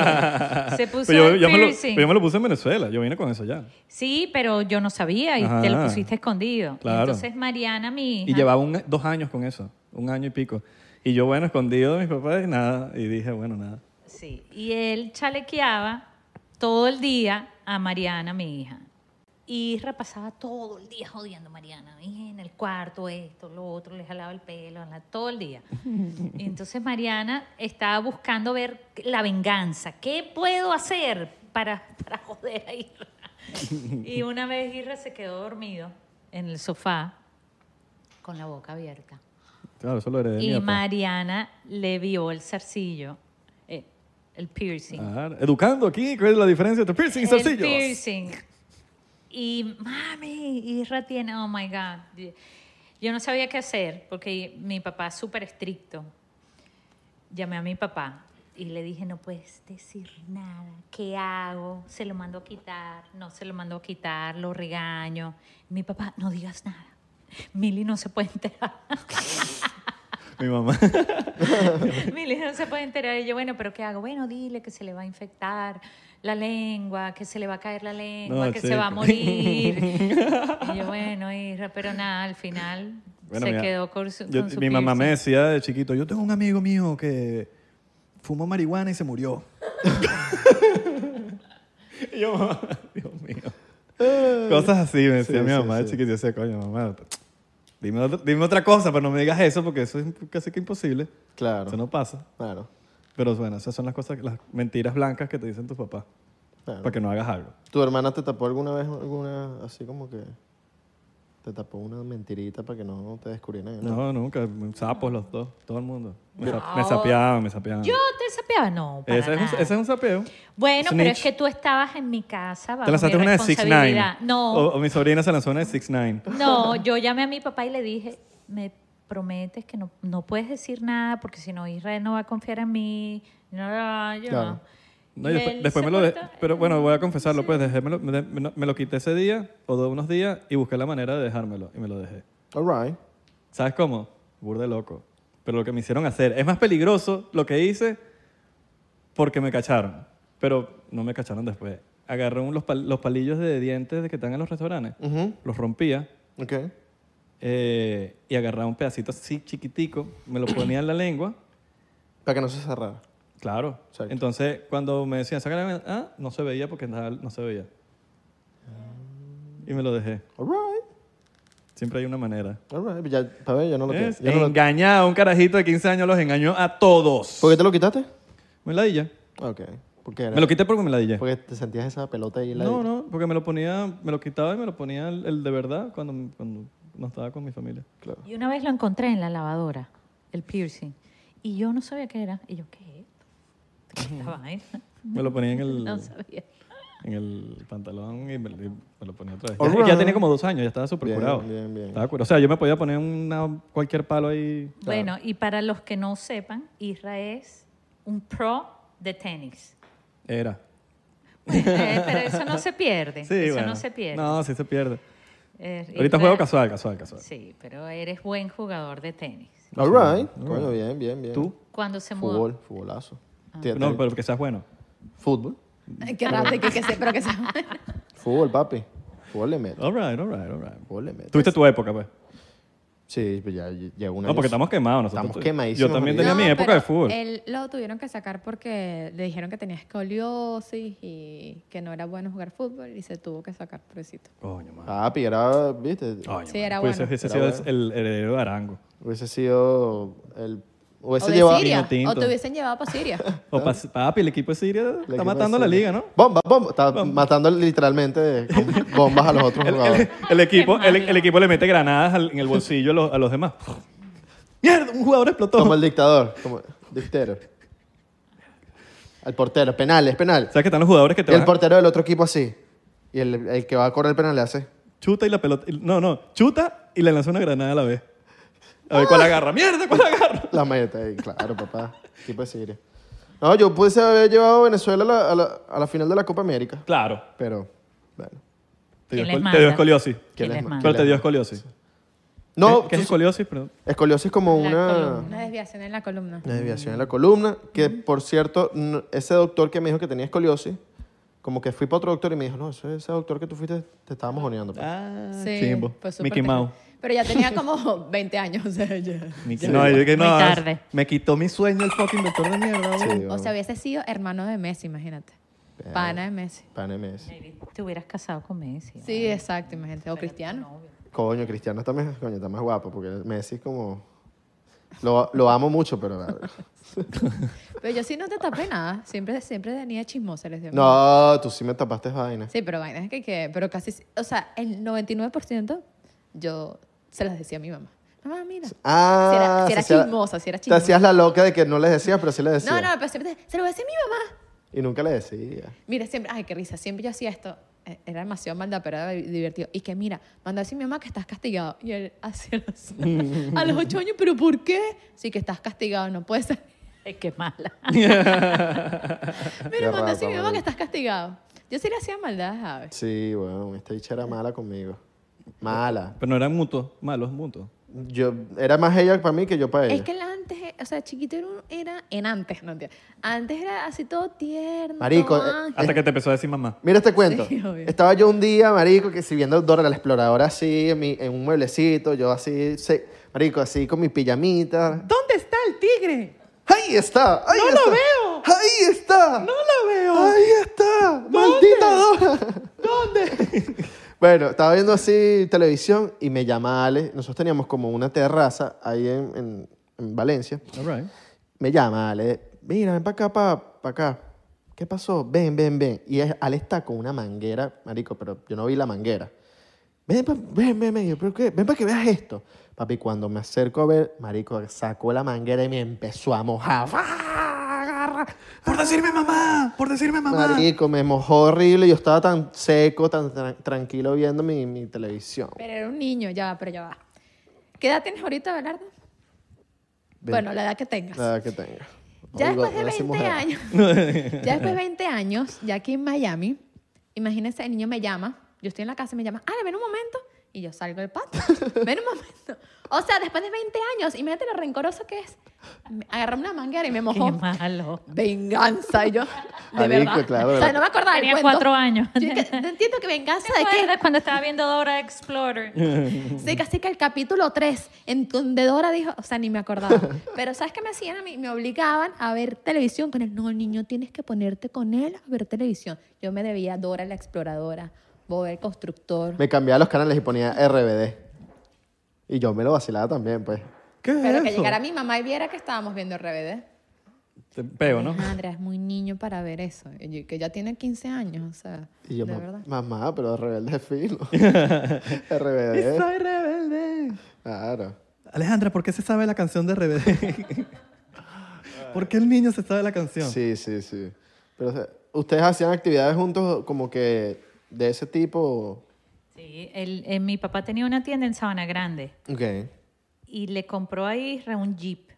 piercing. Se puso Ah, Pero yo, el yo me lo, piercing. pero yo me lo puse en Venezuela. Yo vine con eso ya. Sí, pero yo no sabía y Ajá. te lo pusiste escondido. Claro. Entonces Mariana, mi hija, Y llevaba un- dos años con eso, un año y pico. Y yo, bueno, escondido de mis papás y nada. Y dije, bueno, nada. sí, y él chalequeaba todo el día a Mariana, mi hija. Y repasaba todo el día jodiendo a Mariana, "Mira, en el cuarto, esto, lo otro, le jalaba el pelo, la- todo el día. Y entonces Mariana estaba buscando ver la venganza. ¿Qué puedo hacer para, para joder a Irra? Y una vez Irra se quedó dormido en el sofá con la boca abierta. Claro, eso lo heredé. de mi Y papá. Mariana le vio el zarcillo, eh, el piercing. Claro. Educando aquí, ¿cuál es la diferencia entre piercing y el zarcillos? piercing. Y mami, Isra tiene, oh my God. Yo no sabía qué hacer porque mi papá es súper estricto. Llamé a mi papá y le dije, no puedes decir nada. ¿Qué hago? Se lo mando a quitar, no se lo mando a quitar, lo regaño. Mi papá, no digas nada. Mili no se puede enterar. *laughs* Mi mamá. *laughs* *laughs* Mili no se puede enterar. Y yo, bueno, ¿pero qué hago? Bueno, dile que se le va a infectar la lengua, que se le va a caer la lengua, No, que chico. se va *laughs* a morir. y yo, bueno, Isra, pero nada, al final Bueno, se mira, quedó con su, yo- con su Mi mamá me piercing. decía de chiquito, yo tengo un amigo mío que fumó marihuana y se murió. *laughs* y yo, mamá, Dios mío. Cosas así me decía Sí, mi sí, mamá de sí. chiquita. Yo decía, coño, mamá, dime otra, dime otra cosa, pero no me digas eso porque eso es casi que imposible. Claro. Eso no pasa. Claro. Pero bueno, esas son las cosas, las mentiras blancas que te dicen tus papás claro. para que no hagas algo. ¿Tu hermana te tapó alguna vez alguna, así como que te tapó una mentirita para que no te descubrieran? ¿no? No, nunca. Sapos los dos, todo el mundo. Me, sa- me sapeaban, me sapeaban. Yo te sapeaba, no. Para Ese es, un, nada. ese es un sapeo. Bueno, pero es Snitch. que tú estabas en mi casa bajo Te lanzaste mi una de 6 9 responsabilidad. No, O, o mi sobrina se lanzó una de 6 9 no, yo llamé a mi papá y le dije, me prometes que no, no puedes decir nada porque si no Israel no va a confiar en mí. No, no, yo Claro. no. No, y Y después, él después se me lo de- portó- Pero bueno, voy a confesarlo, pues dejé- me lo, me, me- me lo quité ese día o de unos días y busqué la manera de dejármelo y me lo dejé. All right. ¿Sabes cómo? Burde loco. Pero lo que me hicieron hacer es más peligroso lo que hice porque me cacharon. Pero no me cacharon después. Agarré un- los, pal- los palillos de dientes de que están en los restaurantes, Ujú. los rompía Uh-huh. Ok. eh, y agarraba un pedacito así chiquitico, me lo ponía en la lengua. Para que no se cerrara. Claro. Exacto. Entonces, cuando me decían, sacar ah, no se veía porque nada- no se veía. Y me lo dejé. All right. Siempre hay una manera. All right. Ya, pa' ver, ya no lo tienes. Es Ya no lo- engañado, un carajito de 15 años los engañó a todos. ¿Por qué te lo quitaste? Me ladilla. Ok. ¿Por qué era? Me lo quité porque me ladillé. Porque te sentías esa pelota ahí. en la- No, no, porque me lo ponía, me lo quitaba y me lo ponía el, el de verdad cuando, cuando no estaba con mi familia. Claro. Y una vez lo encontré en la lavadora, el piercing. Y yo no sabía qué era. Y yo, ¿qué es esto? *laughs* ¿Qué es esta vaina? Me lo ponía en el, No sabía. en el pantalón y me, y me lo ponía otra vez. All Ya, ya right. tenía como dos años, ya estaba súper Bien, curado. bien, bien. Estaba curado. O sea, yo me podía poner una, cualquier palo ahí. Bueno, y para los que no sepan, Israel es un pro *laughs* de tenis. Era. Eh, pero eso no se pierde. Sí, eso bueno. no se pierde. No, sí se pierde. Eh, Ahorita Israel- juego casual, casual, casual. Sí, pero eres buen jugador de tenis. All right. Coño, bien, bien, bien. ¿Tú? Cuando se mudó. Fútbol, Ah. futbolazo. Te- te- No, pero que seas bueno. Fútbol. Ay, Qué raro, que, que sé, pero *laughs* que sé. Fútbol, papi. Fútbol le meto. All right, all right, all right. Fútbol le meto. Tuviste tu época, pues. Sí, pues ya llegó una. No, porque estamos quemados nosotros. Estamos quemadísimos Yo también ahorita. tenía No, mi época pero de fútbol. Él lo tuvieron que sacar porque le dijeron que tenía escoliosis y que no era bueno jugar fútbol y se tuvo que sacar, pobrecito. Coño, madre. Papi, era, viste, Coño, Sí, madre. era Pues bueno. Ese Era sido el, el heredero de Arango. Hubiese sido el. O Pues Hubiese de llevado. Siria. Vinotinto. O te hubiesen llevado *laughs* para Siria. O pa- papi, el equipo de Siria El está equipo matando de la Siria. liga, ¿no? *laughs* Bomba, bomba. Está matando literalmente con *laughs* bombas a los otros El, jugadores. *laughs* el- el equipo, Qué el, malo. el equipo le mete granadas al- en el bolsillo a los, a los demás. ¡Mierda! Un jugador explotó. Como el dictador. Como dictero. Al portero. Penales, penal. ¿Sabes que están los jugadores que te Y el van portero del otro equipo así. Y el, el que va a correr el penal le hace. chuta y la pelota? No, no, chuta y le lanza una granada a la vez. A Ah. ver cuál agarra. ¡Mierda! ¿Cuál agarra? La maleta ahí. Claro, papá. Equipo de Siria. No, yo pudiese haber llevado a Venezuela a la, a la- a la final de la Copa América. Claro. Pero, bueno. Te dio, ¿Quién les escol- manda? te dio escoliosis. les ¿Quién les manda? manda? Pero te dio escoliosis. No, ¿Qué, qué es escoliosis? Perdón. escoliosis como La una. columna. Una desviación en la columna. Una desviación en la columna, que por cierto, n- ese doctor que me dijo que tenía escoliosis, como que fui para otro doctor y me dijo, no, ese, ese doctor que tú fuiste, te estábamos joneando. pues". Ah, Sí, chimbo. fue súper Mickey pesado. Mouse. Pero *laughs* ya tenía como 20 años. *laughs* O sea, ya. Mickey- No, yo que Muy no. tarde. Me quitó mi sueño el fucking doctor de mierda. güey. Sí, O vamos. sea, hubiese sido hermano de Messi, imagínate. Pana de Messi. Pane Messi. Te hubieras casado con Messi. ¿vale? Sí, exacto, imagínate. O Cristiano. Coño, Cristiano está, más- coño, está más guapo, porque Messi es como... Lo, lo amo mucho, pero... *laughs* Pero yo sí no te tapé nada. Siempre, siempre de niña chismosa les digo. No, tú sí me tapaste vainas. Sí, pero vainas que, que pero casi, o sea, el 99% yo se las decía a mi mamá. Mamá, mira. Si era- Ah, si era, se hacía- chismosa, si era Te chismosa. hacías la loca de que no le decías, pero sí le decías. no, no, pero siempre te- se lo decía a mi mamá. Y nunca le decías. Mira, siempre, ay, qué risa, siempre yo hacía esto. Eh, Era demasiado maldad, pero era divertido. Y que mira, mandó a decir a mi mamá que estás castigado. Y él hacía los- *laughs* a los ocho años, ¿pero por qué? Sí, que estás castigado, no puedes ser. Ay, qué mala. Mira, mandó a decir rata, a mi mamá marico. que estás castigado. Yo sí le hacía maldad, ¿sabes? Sí, bueno, esta dicha era mala conmigo. Mala. Pero no eran mutuos, malos mutuos. Yo, era más ella para mí que yo para ella. Es que él antes, eh, o sea, chiquito era, un- era en antes, no entiendo. Antes era así todo tierno. Marico, todo eh, ángel. Hasta que te empezó a decir mamá. Mira *laughs* este cuento. Sí, obvio. Estaba yo un día, marico, que si viendo Dora la Exploradora así, en, mi- en un mueblecito, yo así, se- marico, así con mi pijamita. ¿Dónde está el tigre? ¡Ahí está! ¡Ahí ¡No lo está! veo! ¡Ahí está! ¡No la veo! ¡Ahí está! ¡Maldita Dora! ¿Dónde? *laughs* Bueno, estaba viendo así televisión y me llama Ale. Nosotros teníamos como una terraza ahí en, en- en Valencia. All right. Me llama Ale. Mira, ven para acá, para acá. ¿Qué pasó? Ven, ven, ven. Y es- Ale está con una manguera, marico, pero yo no vi la manguera. Ven, pa- ven, ven, ven. Yo, ¿pero qué? Ven para que veas esto. Papi, cuando me acerco a ver, marico, sacó la manguera y me empezó a mojar. ¡Por decirme mamá! ¡Por decirme mamá! Marico, me mojó horrible. Yo estaba tan seco, tan tra- tranquilo viendo mi, mi televisión. Pero era un niño, ya va, pero ya va. ¿Qué edad tienes ahorita, Belardo? Bueno, la edad que tengas. Nada que tenga. Ya Oigo, después Ah, de ahora sí, 20 mujer. años, *laughs* ya después de 20 años, ya aquí en Miami, imagínense, el niño me llama, yo estoy en la casa y me llama, Ale, ven un momento, y yo salgo del patio, *laughs* ven un momento. O sea, después de 20 años, imagínate lo rencoroso que es. Me- Agarró una manguera y me Qué mojó. malo. Venganza, y yo, de Marico, verdad. claro, o sea, ¿verdad? no me acordaba del Tenía cuento. cuatro años. *laughs* Yo que- no entiendo que venganza ¿Te de qué. acuerdas cuando estaba viendo Dora Explorer? Sí, casi que el capítulo 3, en donde Dora dijo, o sea, ni me acordaba. Pero ¿sabes qué me hacían a mí? Me obligaban a ver televisión con él. No, niño, tienes que ponerte con él a ver televisión. Yo me debía a Dora la exploradora, Bob el constructor. Me cambiaba los canales y ponía RBD. Y yo me lo vacilaba también, pues. ¿Qué es Pero eso? que llegara mi mamá y viera que estábamos viendo RBD. Te pego, ¿no? Eh. Alejandra, es muy niño para ver eso. Y yo- que ya tiene 15 años, o sea, Y yo, de "Ma- verdad. mamá, pero rebelde *laughs* es fino. *laughs* RBD. Soy rebelde. Claro. Alejandra, ¿por qué se sabe la canción de *laughs* RBD? ¿Por qué el niño se sabe la canción? Sí, sí, sí. Pero, o sea, ¿ustedes hacían actividades juntos como que de ese tipo? Sí, él- eh, mi papá tenía una tienda en Sabana Grande Ok. y le compró a Isra un jeep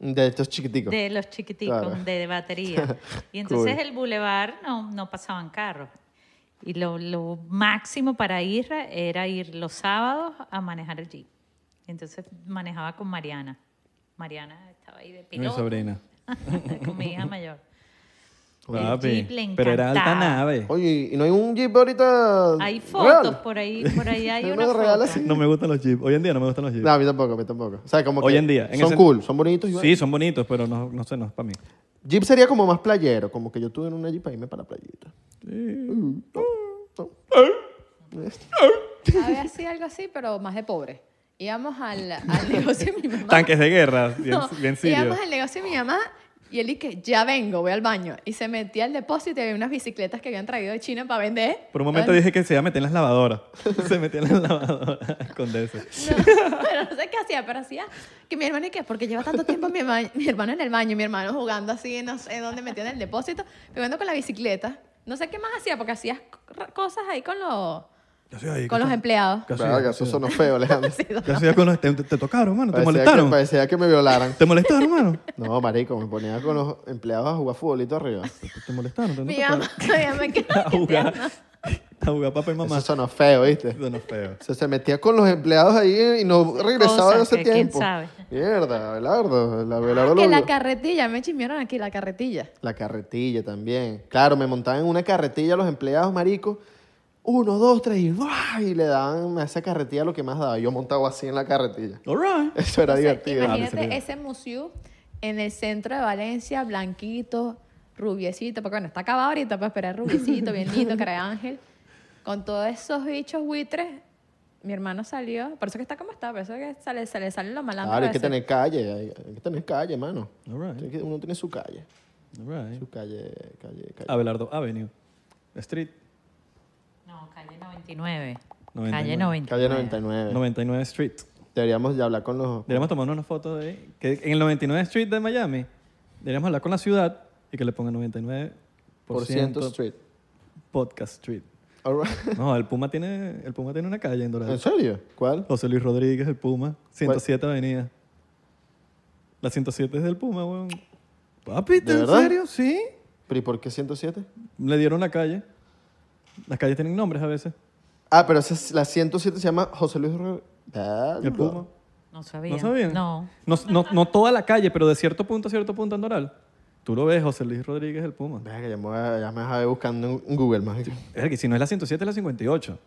De estos chiquiticos. de los chiquiticos, Claro. de batería. *laughs* Y entonces Cool. el bulevar no, no pasaban carros. Y lo, lo máximo para Isra era ir los sábados a manejar el jeep. Entonces manejaba con Mariana. Mariana estaba ahí de Mi piloto. sobrina. *laughs* con mi hija mayor. Papi, Jeep le pero era alta encantaba. nave. Oye, ¿y no hay un jeep ahorita? *laughs* real? Hay fotos por ahí, por ahí hay No una me foto. regalas- No me gustan los jeeps. Hoy en día no me gustan los jeeps. No, a mí tampoco, a mí tampoco. O sea, como Hoy que en día. en son ese- cool, son bonitos. y Sí, son bonitos, pero no, no sé, no es para mí. Jeep sería como más playero, como que yo tuve en una Jeep para irme para la playita. Uh, ¿Eh? Eh, Había sido algo así, pero más de pobre. Íbamos *laughs* al, al negocio de mi mamá. Tanques de guerra, bien, *laughs* No, bien sirio. Íbamos al negocio de mi mamá y él dije, ya vengo, voy al baño. Y se metía al depósito y había unas bicicletas que habían traído de China para vender. Por un momento dije que se iba a meter en las lavadoras. *laughs* se metió en las lavadoras *laughs* con eso. pero no *laughs* sé qué hacía, pero hacía que mi hermano, ¿y qué? Porque lleva tanto tiempo mi, herma- mi hermano en el baño, mi hermano jugando así, no sé dónde metido en el depósito, jugando con la bicicleta. No sé qué más hacía, porque hacía c- cosas ahí con los, con los empleados. ¿Qué hacía? Verga, eso sonó *laughs* feo, *laughs* Alejandro. ¿Qué hacía con los- te, te tocaron, mano? ¿Te Parecía molestaron? Que, parecía que me violaran. ¿Te molestaron, mano? No, marico, me ponía con los empleados a jugar futbolito arriba. Eso ¿Te molestaron? ¿Te no Mi te mamá, tocaron? mi mamá, ¿qué? A *laughs* jugar. A jugar papá y mamá. sonó feo, ¿viste? Eso no es feo. O sea, se metía con los empleados ahí y no regresaba Cosa de ese que quién tiempo. sabe. Ah, Mierda, Abelardo. La, Abelardo Que lo- la carretilla, me chismearon aquí, la carretilla. La carretilla también. Claro, me montaban en una carretilla los empleados, marico. Uno, dos, tres y ¡buah! Y le daban a esa carretilla lo que más daba. Yo montado así en la carretilla. *laughs* All right. Eso era Entonces, divertido. Imagínate ese museo en el centro de Valencia, blanquito, rubiecito, porque bueno, está acabado ahorita, pues, pero es rubiecito, bien lindo, cara de ángel. Con todos esos bichos buitres, mi hermano salió, por eso que está como está, por eso que sale, se le salen los malandros. Claro, hay que esos. tener calle. Hay, hay que tener calle, mano. All right. Tiene que- Uno tiene su calle. All right. Su calle, calle, calle. Abelardo Avenue. Street No, calle 99. 99. Calle 99. Calle 99. 99 Street. Deberíamos ya hablar con los... Deberíamos tomar una foto de... Que en el 99 Street de Miami, deberíamos hablar con la ciudad y que le pongan 99% Por ciento street. Podcast Street. *laughs* All right. No, el Puma tiene, el Puma tiene una calle en Dorado. ¿En serio? ¿Cuál? José Luis Rodríguez, el Puma. Pues- 107 Avenida. La 107 es del Puma, weón. Papi, ¿te- ¿De ¿en verdad? serio? Sí. ¿Pero y por qué 107? Le dieron la calle. Las calles tienen nombres a veces. Ah, pero esa es- la 107 se llama José Luis... Ro- Ah, El no. Puma. No sabía. ¿No sabían? No. No, no- no toda la calle, pero de cierto punto a cierto punto en Doral. Tú lo ves, José Luis Rodríguez, el Puma. Verga, ya me voy a- ya me vas a ver buscando en Google, más. Verga, y si no es la 107, es la 58.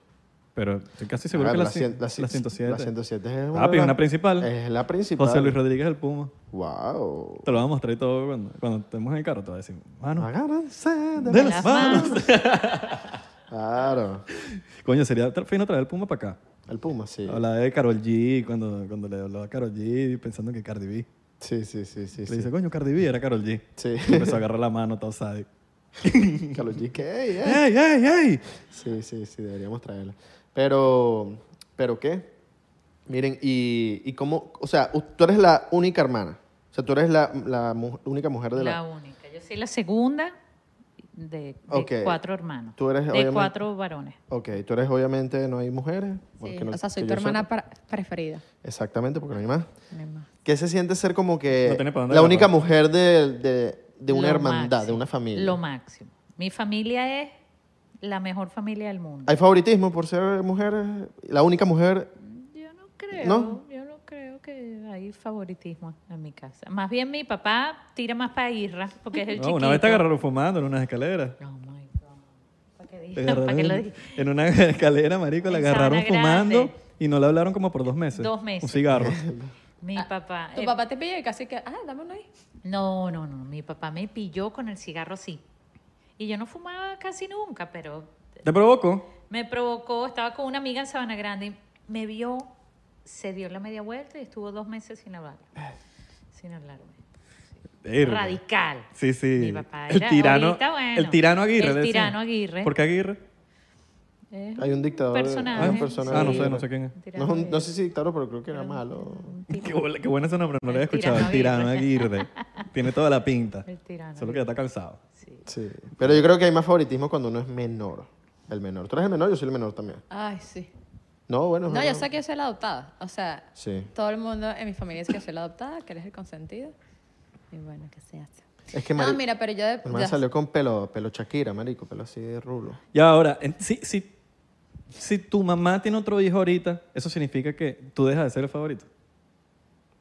Pero estoy casi seguro Ah, que la, cien- cien- la la cien- 107. La 107 es una, Papi, de las- una principal. Es la principal. José Luis Rodríguez del Puma. Wow. Te lo voy a mostrar y todo cuando, cuando estemos en el carro. Te voy a decir, Ah, mano, Agárrense de- de las Las manos. Claro. *laughs* Coño, sería tra- fino traer el Puma para acá. El Puma, sí. Hablaba de Carol G, cuando, cuando le hablaba a Carol G, pensando que Cardi B. Sí, sí, sí, sí. Le sí. dice, coño, Cardi B era Carol G. Sí. *laughs* Y empezó a agarrar la mano, todo sádico. Carlos G. que, ey, ¡Ey, ey. ey, ey! Sí, sí, sí, deberíamos traerla. Pero, ¿pero qué? Miren, y, y cómo, o sea, u- tú eres la única hermana. O sea, tú eres la, la mu- única mujer de La la... única. Yo soy la segunda de, de Ok. cuatro hermanos. Tú eres, de obviamente- cuatro varones. Ok, tú eres obviamente, no hay mujeres. Sí, porque no- o sea, soy que tu yo hermana sepa. par- preferida. Exactamente, porque no hay más. No hay más. ¿Qué se siente ser como que No tiene para dónde la agarrar. única mujer de, de, de una Lo hermandad, de máximo, una familia? Lo máximo. Mi familia es la mejor familia del mundo. ¿Hay favoritismo por ser mujer? ¿La única mujer? Yo no creo, ¿No? yo no creo que hay favoritismo en mi casa. Más bien mi papá tira más para Irra, porque es el *laughs* No, chiquito. una vez te agarraron fumando en unas *laughs* escaleras. Oh my God. ¿Para qué, Te dije? agarraron ¿Para qué lo en, dije? en una *laughs* escalera, marico, la En agarraron Sabana Grande. fumando y no le hablaron como por dos meses. Dos meses. Un *laughs* cigarro. Mi papá. Ah, Tu eh, papá te pilla y casi que, ah, dame uno ahí. No, no, no. Mi papá me pilló con el cigarro así. Y yo no fumaba casi nunca, pero ¿Te provocó? me provocó. Estaba con una amiga en Sabana Grande y me vio, se dio la media vuelta y estuvo dos meses sin hablarme. Sin hablarme. Verga. Radical. Sí, sí. Mi papá era- ahorita, bueno, el tirano Aguirre. el le decían. tirano Aguirre. ¿Por qué Aguirre? Es Hay un dictador, personaje. hay un Sí. personaje. Ah, no sé, no sé quién es. Un No, tirano es pues. un- no Aguirre. sé si dictador, pero creo que era malo. Qué, bola- qué bueno ese nombre, no lo había El escuchado. El tirano tirano Aguirre. Tiene toda la pinta. El tirano Solo que ya está cansado. Sí. Pero yo creo que hay más favoritismo cuando uno es menor. El menor. Tú eres el menor, yo soy el menor también. Ay, sí. No, bueno. No, yo bueno. sé que yo soy la adoptada. O sea, Sí. todo el mundo en mi familia dice que soy la adoptada, que eres el consentido. Y bueno, ¿qué se hace? Es que No, mari- mira, pero yo... de- mi hermana ya- salió con pelo, pelo Shakira, marico, pelo así de rulo. Y ahora, en- si, si, si tu mamá tiene otro hijo ahorita, eso significa que tú dejas de ser el favorito.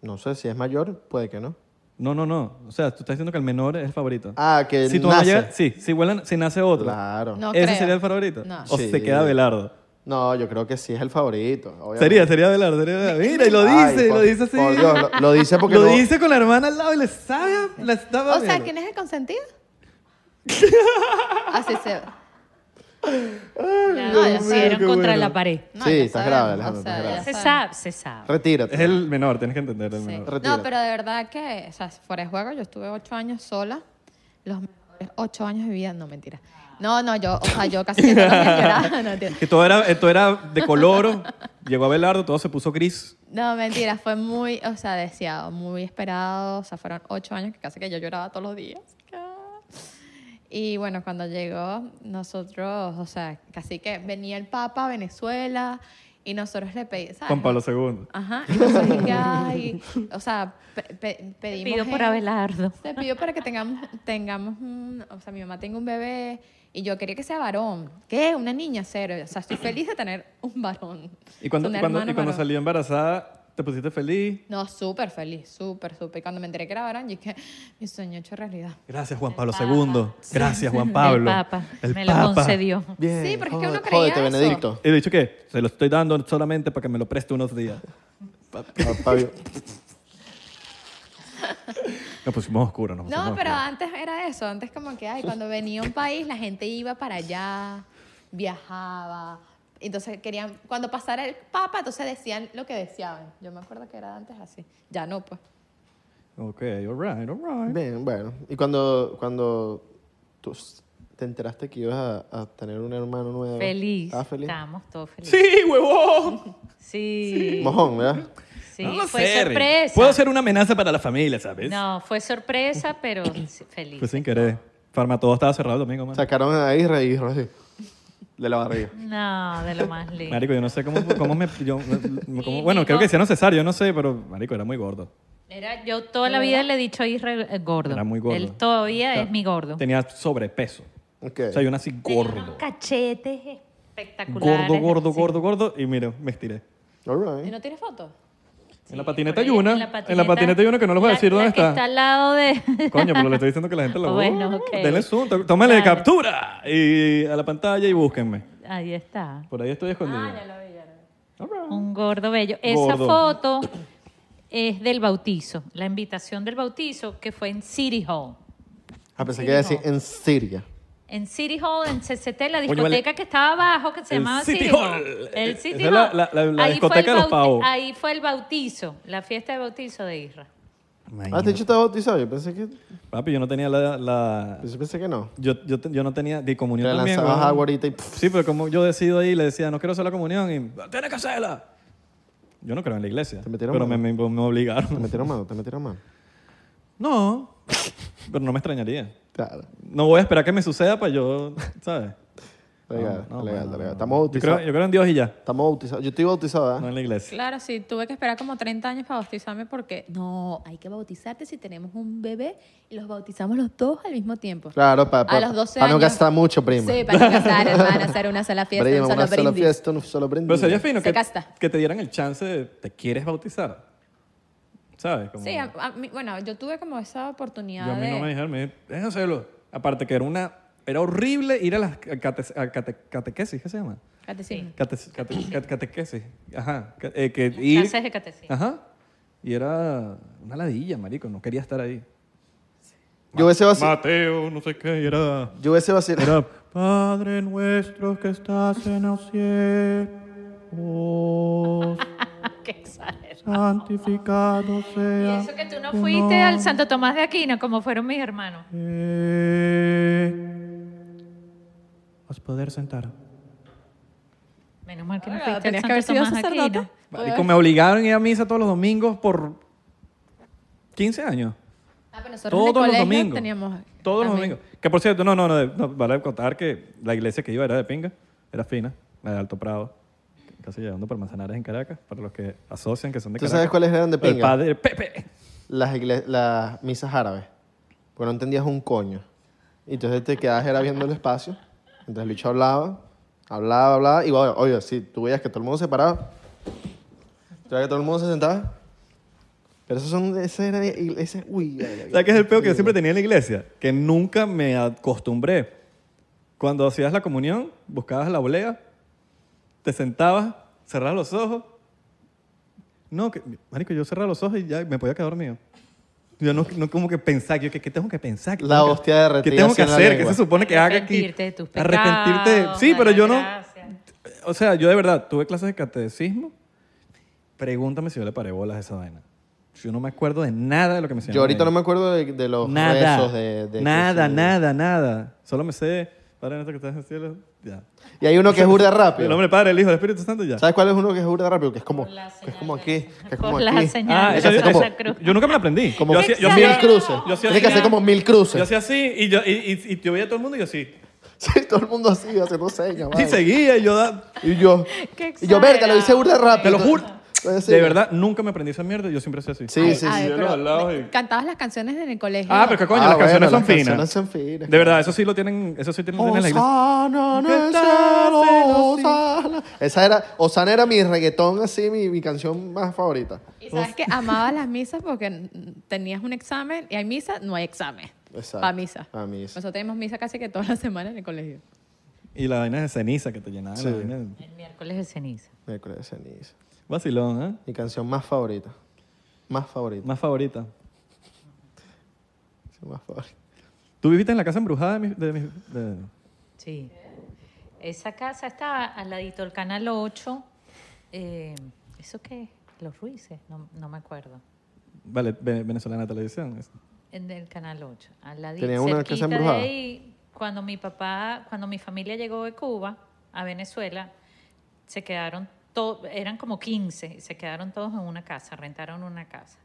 No sé, si es mayor, puede que no. No, no, no. O sea, tú estás diciendo que el menor es el favorito. Ah, que si tu mamá nace. llega- sí, si, vuelan- si nace otro. Claro. No. No ¿Ese creo. sería el favorito? No. ¿O Sí. se queda Belardo? yo creo que sí es el favorito. obviamente. Sería, sería Belardo. Sería Abelardo. Mira, y lo Ay, dice, por- lo dice así. por Dios, lo, lo dice porque Lo no- dice con la hermana al lado y le sabe, a- la Ah, estaba O sea, viendo. ¿quién es el *laughs* consentido? Así se... La Dios mío, pusieron qué contra bueno. la pared. No, Sí, ya estás sabemos, grave, Alejandro, o sea, estás grave. ya Se sabemos. sabe, se sabe. Retírate. Es el menor, tienes que entender el Sí. menor. Retírate. No, pero de verdad que, o sea, fuera de juego, yo estuve ocho años sola, los mejores ocho años de vida, no, mentira. No, no, yo, o sea, yo casi que todos los días lloraba, no, mentira. Que todo era, esto era de color, *laughs* llegó a Belardo, todo se puso gris. No, mentira, fue muy, o sea, deseado, muy esperado, o sea, fueron ocho años que casi que yo lloraba todos los días. Y bueno, cuando llegó, nosotros, o sea, casi que venía el Papa a Venezuela y nosotros le pedimos, ¿sabes? Juan Pablo II. Ajá, y nosotros, que, ay, o sea, pe- pe- pedimos... Pido por el- Abelardo. Se pidió para que tengamos, tengamos un, o sea, mi mamá tenga un bebé y yo quería que sea varón. ¿Qué? Una niña, cero. O sea, estoy feliz de tener un varón. Y cuando, Un y cuando, hermano y cuando varón. salió embarazada, te pusiste feliz. No, súper feliz, súper, súper. Y cuando me enteré que era varón, yo dije, mi sueño hecho realidad. Gracias, Juan Pablo II. Gracias, Juan Pablo. *laughs* El Papa. El me Papa. lo concedió. Bien, Sí, porque es que jódete, uno creía jódete, eso. Benedicto. Y he dicho que se lo estoy dando solamente para que me lo preste unos días. Ah, Fabio. Nos pusimos oscuros. Nos pusimos No, pero oscuros. antes era eso. Antes como que, ay, cuando venía un país, la gente iba para allá, viajaba. Entonces querían, cuando pasara el papa, entonces decían lo que deseaban. Yo me acuerdo que era antes así. Ya no, pues. Ok, alright, alright. Bien, bueno. Y cuando, cuando tú s- te enteraste que ibas a, a tener un hermano nuevo. Feliz. Ah, feliz. Estábamos todos felices. ¡Sí, huevón! Sí. Mojón, ¿verdad? sí. No lo Fue sé, Rick. sorpresa. Puedo ser una amenaza para la familia, ¿sabes? No, fue sorpresa, pero sí, feliz. Fue Pues sin querer. Farma, todo estaba cerrado el domingo, mano. Sacaron a Isra y Isra así. De la barriga. No, de lo más lindo. Marico, yo no sé cómo, cómo me... yo- me- cómo- Y bueno, creo mi que mamá- hicieron cesárea, yo no sé, pero marico, era muy gordo. Era, yo toda la vida le he dicho a Israel eh, gordo. Era muy gordo. Él todavía es mi gordo. Tenía sobrepeso. Ok. O sea, yo nací Tenía unos gordo. cachetes espectaculares. Gordo, gordo, Sí. gordo, gordo. Y mira, me estiré. All ¿Y right. no tienes fotos? en la patineta Por ahí, hay una. En la patineta hay una que no les voy a la- decir la dónde que está al *laughs* lado de. *laughs* Coño, pero le estoy diciendo que la gente lo Bueno, ok. Denle zoom, tó- tómenle Dale. captura y a la pantalla y búsquenme. Ahí está. Por ahí estoy escondido. Un gordo bello. Esa Gordo. foto es del bautizo, la invitación del bautizo que fue en City Hall. A pesar Ah, que iba a decir en Siria. En City Hall, en CCT, la Coño, vale. discoteca que estaba abajo, que se El llamaba City City Hall. Hall. Eh, El esa City es Hall. la- la- la- la Ahí fue el discoteca de los bauti- pavos. Ahí fue el bautizo, la fiesta de bautizo de Isra. Ah, te hecho está bautizado. Yo pensé que, Papi, yo no tenía la... la- yo pensé que no. Yo, yo, te- yo no tenía de Te comunión también. lanzabas weón. agua ahorita y pff, Sí, pero como yo decido ahí, le decía, no quiero hacer la comunión y tienes que hacerla. Yo no creo en la iglesia. metieron pero me, mano? me, me te obligaron. metieron mano, te metieron mano. No, pero no me extrañaría. Claro. No voy a esperar que me suceda para yo, ¿sabes? Está Legal, No, está no, no, no, legal, está legal. no. Estamos Yo creo, bautizados. yo creo en Dios y ya, Estamos bautizados. Yo estoy bautizado, no ¿eh? en la iglesia. Claro, sí, tuve que esperar como 30 años para bautizarme porque no, hay que bautizarte si tenemos un bebé y los bautizamos los dos al mismo tiempo. Claro, para a los 12 no años. gastar mucho, prima. Sí, para no gastar, hermana, hacer una *laughs* sola fiesta, Prima, un solo una sola brindis. fiesta, un solo brindis. Pero sería fino Se que, gasta. que te dieran el chance de, ¿te quieres bautizar? ¿Sabes? Como- Sí, a- a mí- bueno, yo tuve como esa oportunidad Yo a mí de... no me dijeron, me dijeron, "Deja hacerlo. Aparte que era una, era horrible ir a las cate- a cate- catequesis, ¿qué se llama? Catecismo. Cate- cate- cate- catequesis, ajá. Ca- eh, que ir- Clases de *laughs* catecismo. Ajá. Y era una ladilla, marico, no quería estar ahí. Yo hubiese vacilado. Mateo, no sé qué, y era... Yo hubiese vacilado. Era, Padre nuestro que estás en los cielos, Qué exagerado. santificado Y sea. eso que tú no tu fuiste nombre. al Santo Tomás de Aquino, como fueron mis hermanos. Os poder sentar. Menos mal que no Ahora, fuiste tenías al que Santo haber sido Tomás de sacerdote. Aquino. Marico, me obligaron a ir a misa todos los domingos por 15 años. Ah, pero nosotros en el Todos los colegio domingos. teníamos... Todos los también. domingos. Que por cierto, no, no, no, no, vale contar que la iglesia que iba era de pinga, era fina, la de Alto Prado, casi llegando por Manzanares en Caracas, para los que asocian que son de ¿Tú Caracas. sabes cuáles eran de El pinga? padre Pepe. Las, igle- las misas árabes. Porque no entendías un coño. Y entonces te quedabas era viendo el espacio. Entonces Lucho hablaba, hablaba, hablaba. Y bueno, oye, sí, tú veías que todo el mundo se paraba. Tú veías que todo el mundo se sentaba. Pero esos son... Ese era... Ese, uy, ¿Sabes qué es el peo que yo siempre tenía en la iglesia? Que nunca me acostumbré. Cuando hacías la comunión, buscabas la oblea, te sentabas, cerrabas los ojos. No, que, marico, yo cerraba los ojos y ya me podía quedar dormido. Yo no, no como que pensar, yo que, ¿qué tengo que pensar? ¿Qué La tengo que- hostia derretida ¿Qué tengo que así en la hacer? ¿Qué lengua. se supone que haga aquí? Arrepentirte de tus pecados. Arrepentirte. de- Sí, pero darle yo no... gracias. O sea, yo de verdad tuve clases de catecismo. Pregúntame si yo le paré bolas a esa vaina. Yo no me acuerdo de nada de lo que me enseñaron. Yo ahorita ahí. no me acuerdo de, de los Nada. rezos de... de- nada, de- nada, nada. Solo me sé, Padre nuestro que estás en el cielo, ya. Y hay uno que es burda El rápido. nombre del Padre, el Hijo, del Espíritu Santo, ya. ¿Sabes cuál es uno que es burda rápido? Que es como, que es como aquí, que es como Por aquí. la señal Ah, de eso hace yo, la como- Santa Cruz. yo nunca me la aprendí. Como yo hacía, yo mil hacía- cruces. Yo hacía Tienes que así, hacer como mil yo cruces. hacía así y yo, y, y, y yo veía a todo el mundo y yo así. *laughs* Sí, todo el mundo así, haciendo señas. Y vale. seguía y yo... da- Y yo, Qué y yo, verga, lo hice burda rápido. te lo juro. Entonces, sí. De verdad, nunca me aprendí esa mierda. Yo siempre hacía así. Sí, sí, Ay, sí. yo pero los alabos y- Cantabas las canciones en el colegio. Ah, pero qué coño, Ah, las bueno, canciones las son finas. canciones son finas, Oh, De claro. verdad, eso sí lo tienen, eso sí tienen en la iglesia. Osana en ¿Qué el tal, cielo, cielo, sí? Osana. Esa era, Osana era mi reggaetón, así, mi, mi canción más favorita. Y sabes que amabas las misas porque mm, tenías un examen y hay misa, no hay examen. Exacto. Para misa. Pa' misa. Nosotros teníamos misa casi que todas las semanas en el colegio. Y la vaina de ceniza que te llenaba. la Sí. vaina de- El miércoles de ceniza. Miércoles de ceniza. Vacilón, ¿eh? Mi canción más favorita. Más favorita. Más favorita. Sí, Más favorita. ¿Tú viviste en la casa embrujada de mis... de mis- de- Sí. Esa casa estaba al ladito del Canal 8. Eh, ¿Eso qué? Los Ruices, no, no me acuerdo. Vale, ve- venezolana televisión. es- En el Canal 8. Al ladito, Tenía una casa cerquita de embrujada. ahí, cuando mi papá, cuando mi familia llegó de Cuba a Venezuela, se quedaron todos, eran como 15, y se quedaron todos en una casa, rentaron una casa.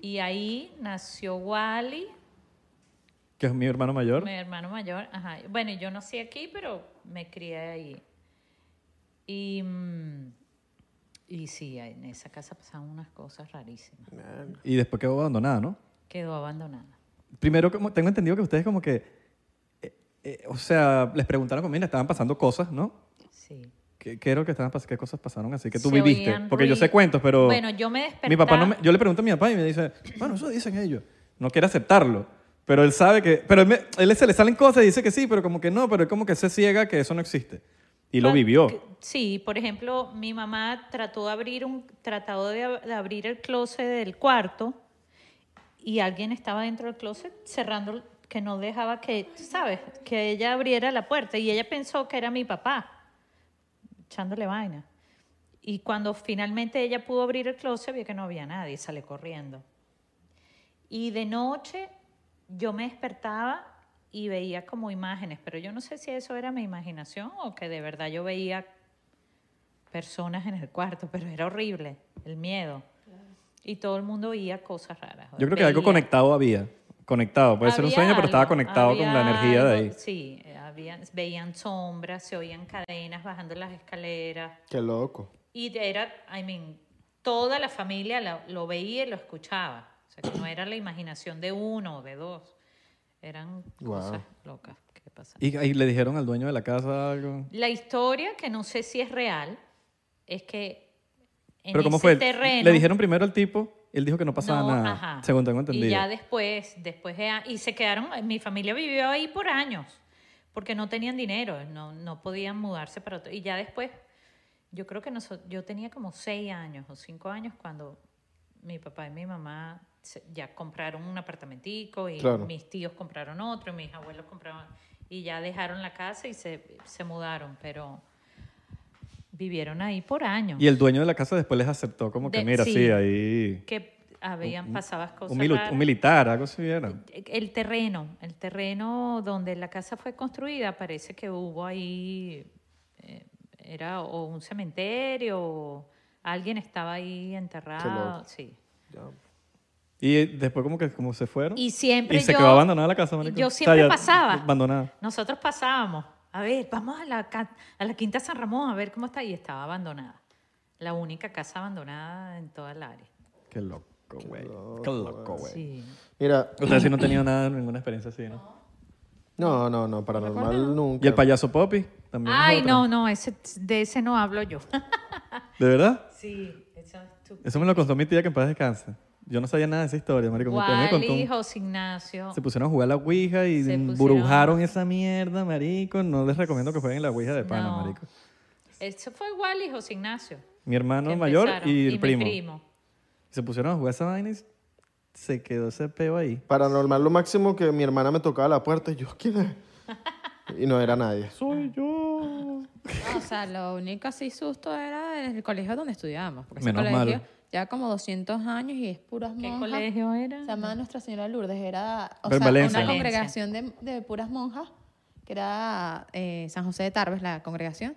Y ahí nació Wally, Que es mi hermano mayor. mi hermano mayor, ajá. Bueno, y yo nací aquí, pero me crié ahí. Y, mm, y sí, en esa casa pasaban unas cosas rarísimas. Y después quedó abandonada, ¿no? Quedó abandonada. Primero, como, tengo entendido que ustedes como que... eh, eh, o sea, les preguntaron conmigo, le estaban pasando cosas, ¿no? Sí. ¿Qué, qué era lo que estaban pas- ¿Qué cosas pasaron así que tú Se viviste? oían Porque yo sé ruidos. cuentos, pero... Bueno, yo me despertaba. Mi papá no me- yo le pregunto a mi papá y me dice, bueno, eso dicen ellos. No quiere aceptarlo. Pero él sabe que... Pero él, me- él se le salen cosas y dice que sí, pero como que no, pero él como que se ciega que eso no existe. Y lo vivió. Que- Sí, por ejemplo, mi mamá trató de abrir un, trató de, ab- de abrir el closet del cuarto y alguien estaba dentro del closet cerrando, que no dejaba que, ¿sabes? Que ella abriera la puerta y ella pensó que era mi papá echándole vaina. Y cuando finalmente ella pudo abrir el closet, vio que no había nadie, sale corriendo. Y de noche yo me despertaba y veía como imágenes, pero yo no sé si eso era mi imaginación o que de verdad yo veía personas en el cuarto, pero era horrible el miedo. Y todo el mundo oía cosas raras. Yo creo que algo Veía- conectado había. Conectado. Puede ser un Había sueño, pero estaba algo, conectado con la había energía de algo, ahí. Sí, eh, habían- veían sombras, se oían cadenas bajando las escaleras. Qué loco. Y de- era, I mean, toda la familia la- lo, veía y lo escuchaba. O sea, que no era la imaginación de uno o de dos. Eran Wow. cosas locas que pasaban. Y, y le dijeron al dueño de la casa algo. La historia, que no sé si es real, es que en pero ¿cómo ese fue? terreno... Le dijeron primero al tipo, él dijo que no pasaba No, nada. ajá. Según tengo entendido. Y ya después, después de a- y se quedaron, mi familia vivió ahí por años, porque no tenían dinero, no, no podían mudarse para otro. Y ya después, yo creo que noso- yo tenía como seis años o cinco años cuando mi papá y mi mamá se- ya compraron un apartamentico y Claro. mis tíos compraron otro y mis abuelos compraron y ya dejaron la casa y se, se mudaron, pero vivieron ahí por años. Y el dueño de la casa después les aceptó como que, De- mira, sí, sí. ahí... que habían pasadas cosas Un, milu- raras. un militar, algo así era. El terreno, el terreno donde la casa fue construida, parece que hubo ahí, eh, era o un cementerio, o alguien estaba ahí enterrado, sí. Y después como que como se fueron. Y siempre Y se yo- quedó abandonada la casa, marico. yo O sea, siempre ya pasaba. Abandonada. Nosotros pasábamos, a ver, vamos a la, ca- a la Quinta San Ramón a ver cómo está, y estaba abandonada. La única casa abandonada en toda el área. Qué loco, güey. Qué loco, güey. Sí. Mira, Ustedes sí no han tenido nada, ninguna experiencia así, ¿no? no, no, no, paranormal nunca. Y el payaso Poppy también. es Ay, otra. no, no, ese, de ese no hablo yo. *laughs* ¿De verdad? sí, eso es tu... Eso me lo contó mi tía que en paz descansa. Yo no sabía nada de esa historia, marico. Mi tía me contó un- Wally, José Ignacio. Se pusieron a jugar la Ouija y Se pusieron- brujaron esa mierda, marico. No les recomiendo que jueguen la Ouija de pana, No. marico. Eso fue Wally y José Ignacio. Mi hermano que mayor empezaron, y el mi primo. Se pusieron a jugar esa vaina y se quedó ese peo ahí. Paranormal lo máximo que mi hermana me tocaba la puerta y yo, *laughs* ¿quién es? Y no era nadie. Ah. Soy yo. No, o sea, lo único así susto era en el colegio donde estudiábamos. Porque Menos ese colegio mal. ya como 200 años y es puras ¿Qué monjas. colegio era? Se llamaba Nuestra Señora de Lourdes. Era o Pero en sea, Valencia. una Valencia. congregación de, de puras monjas, que era eh, San José de Tarbes, la congregación.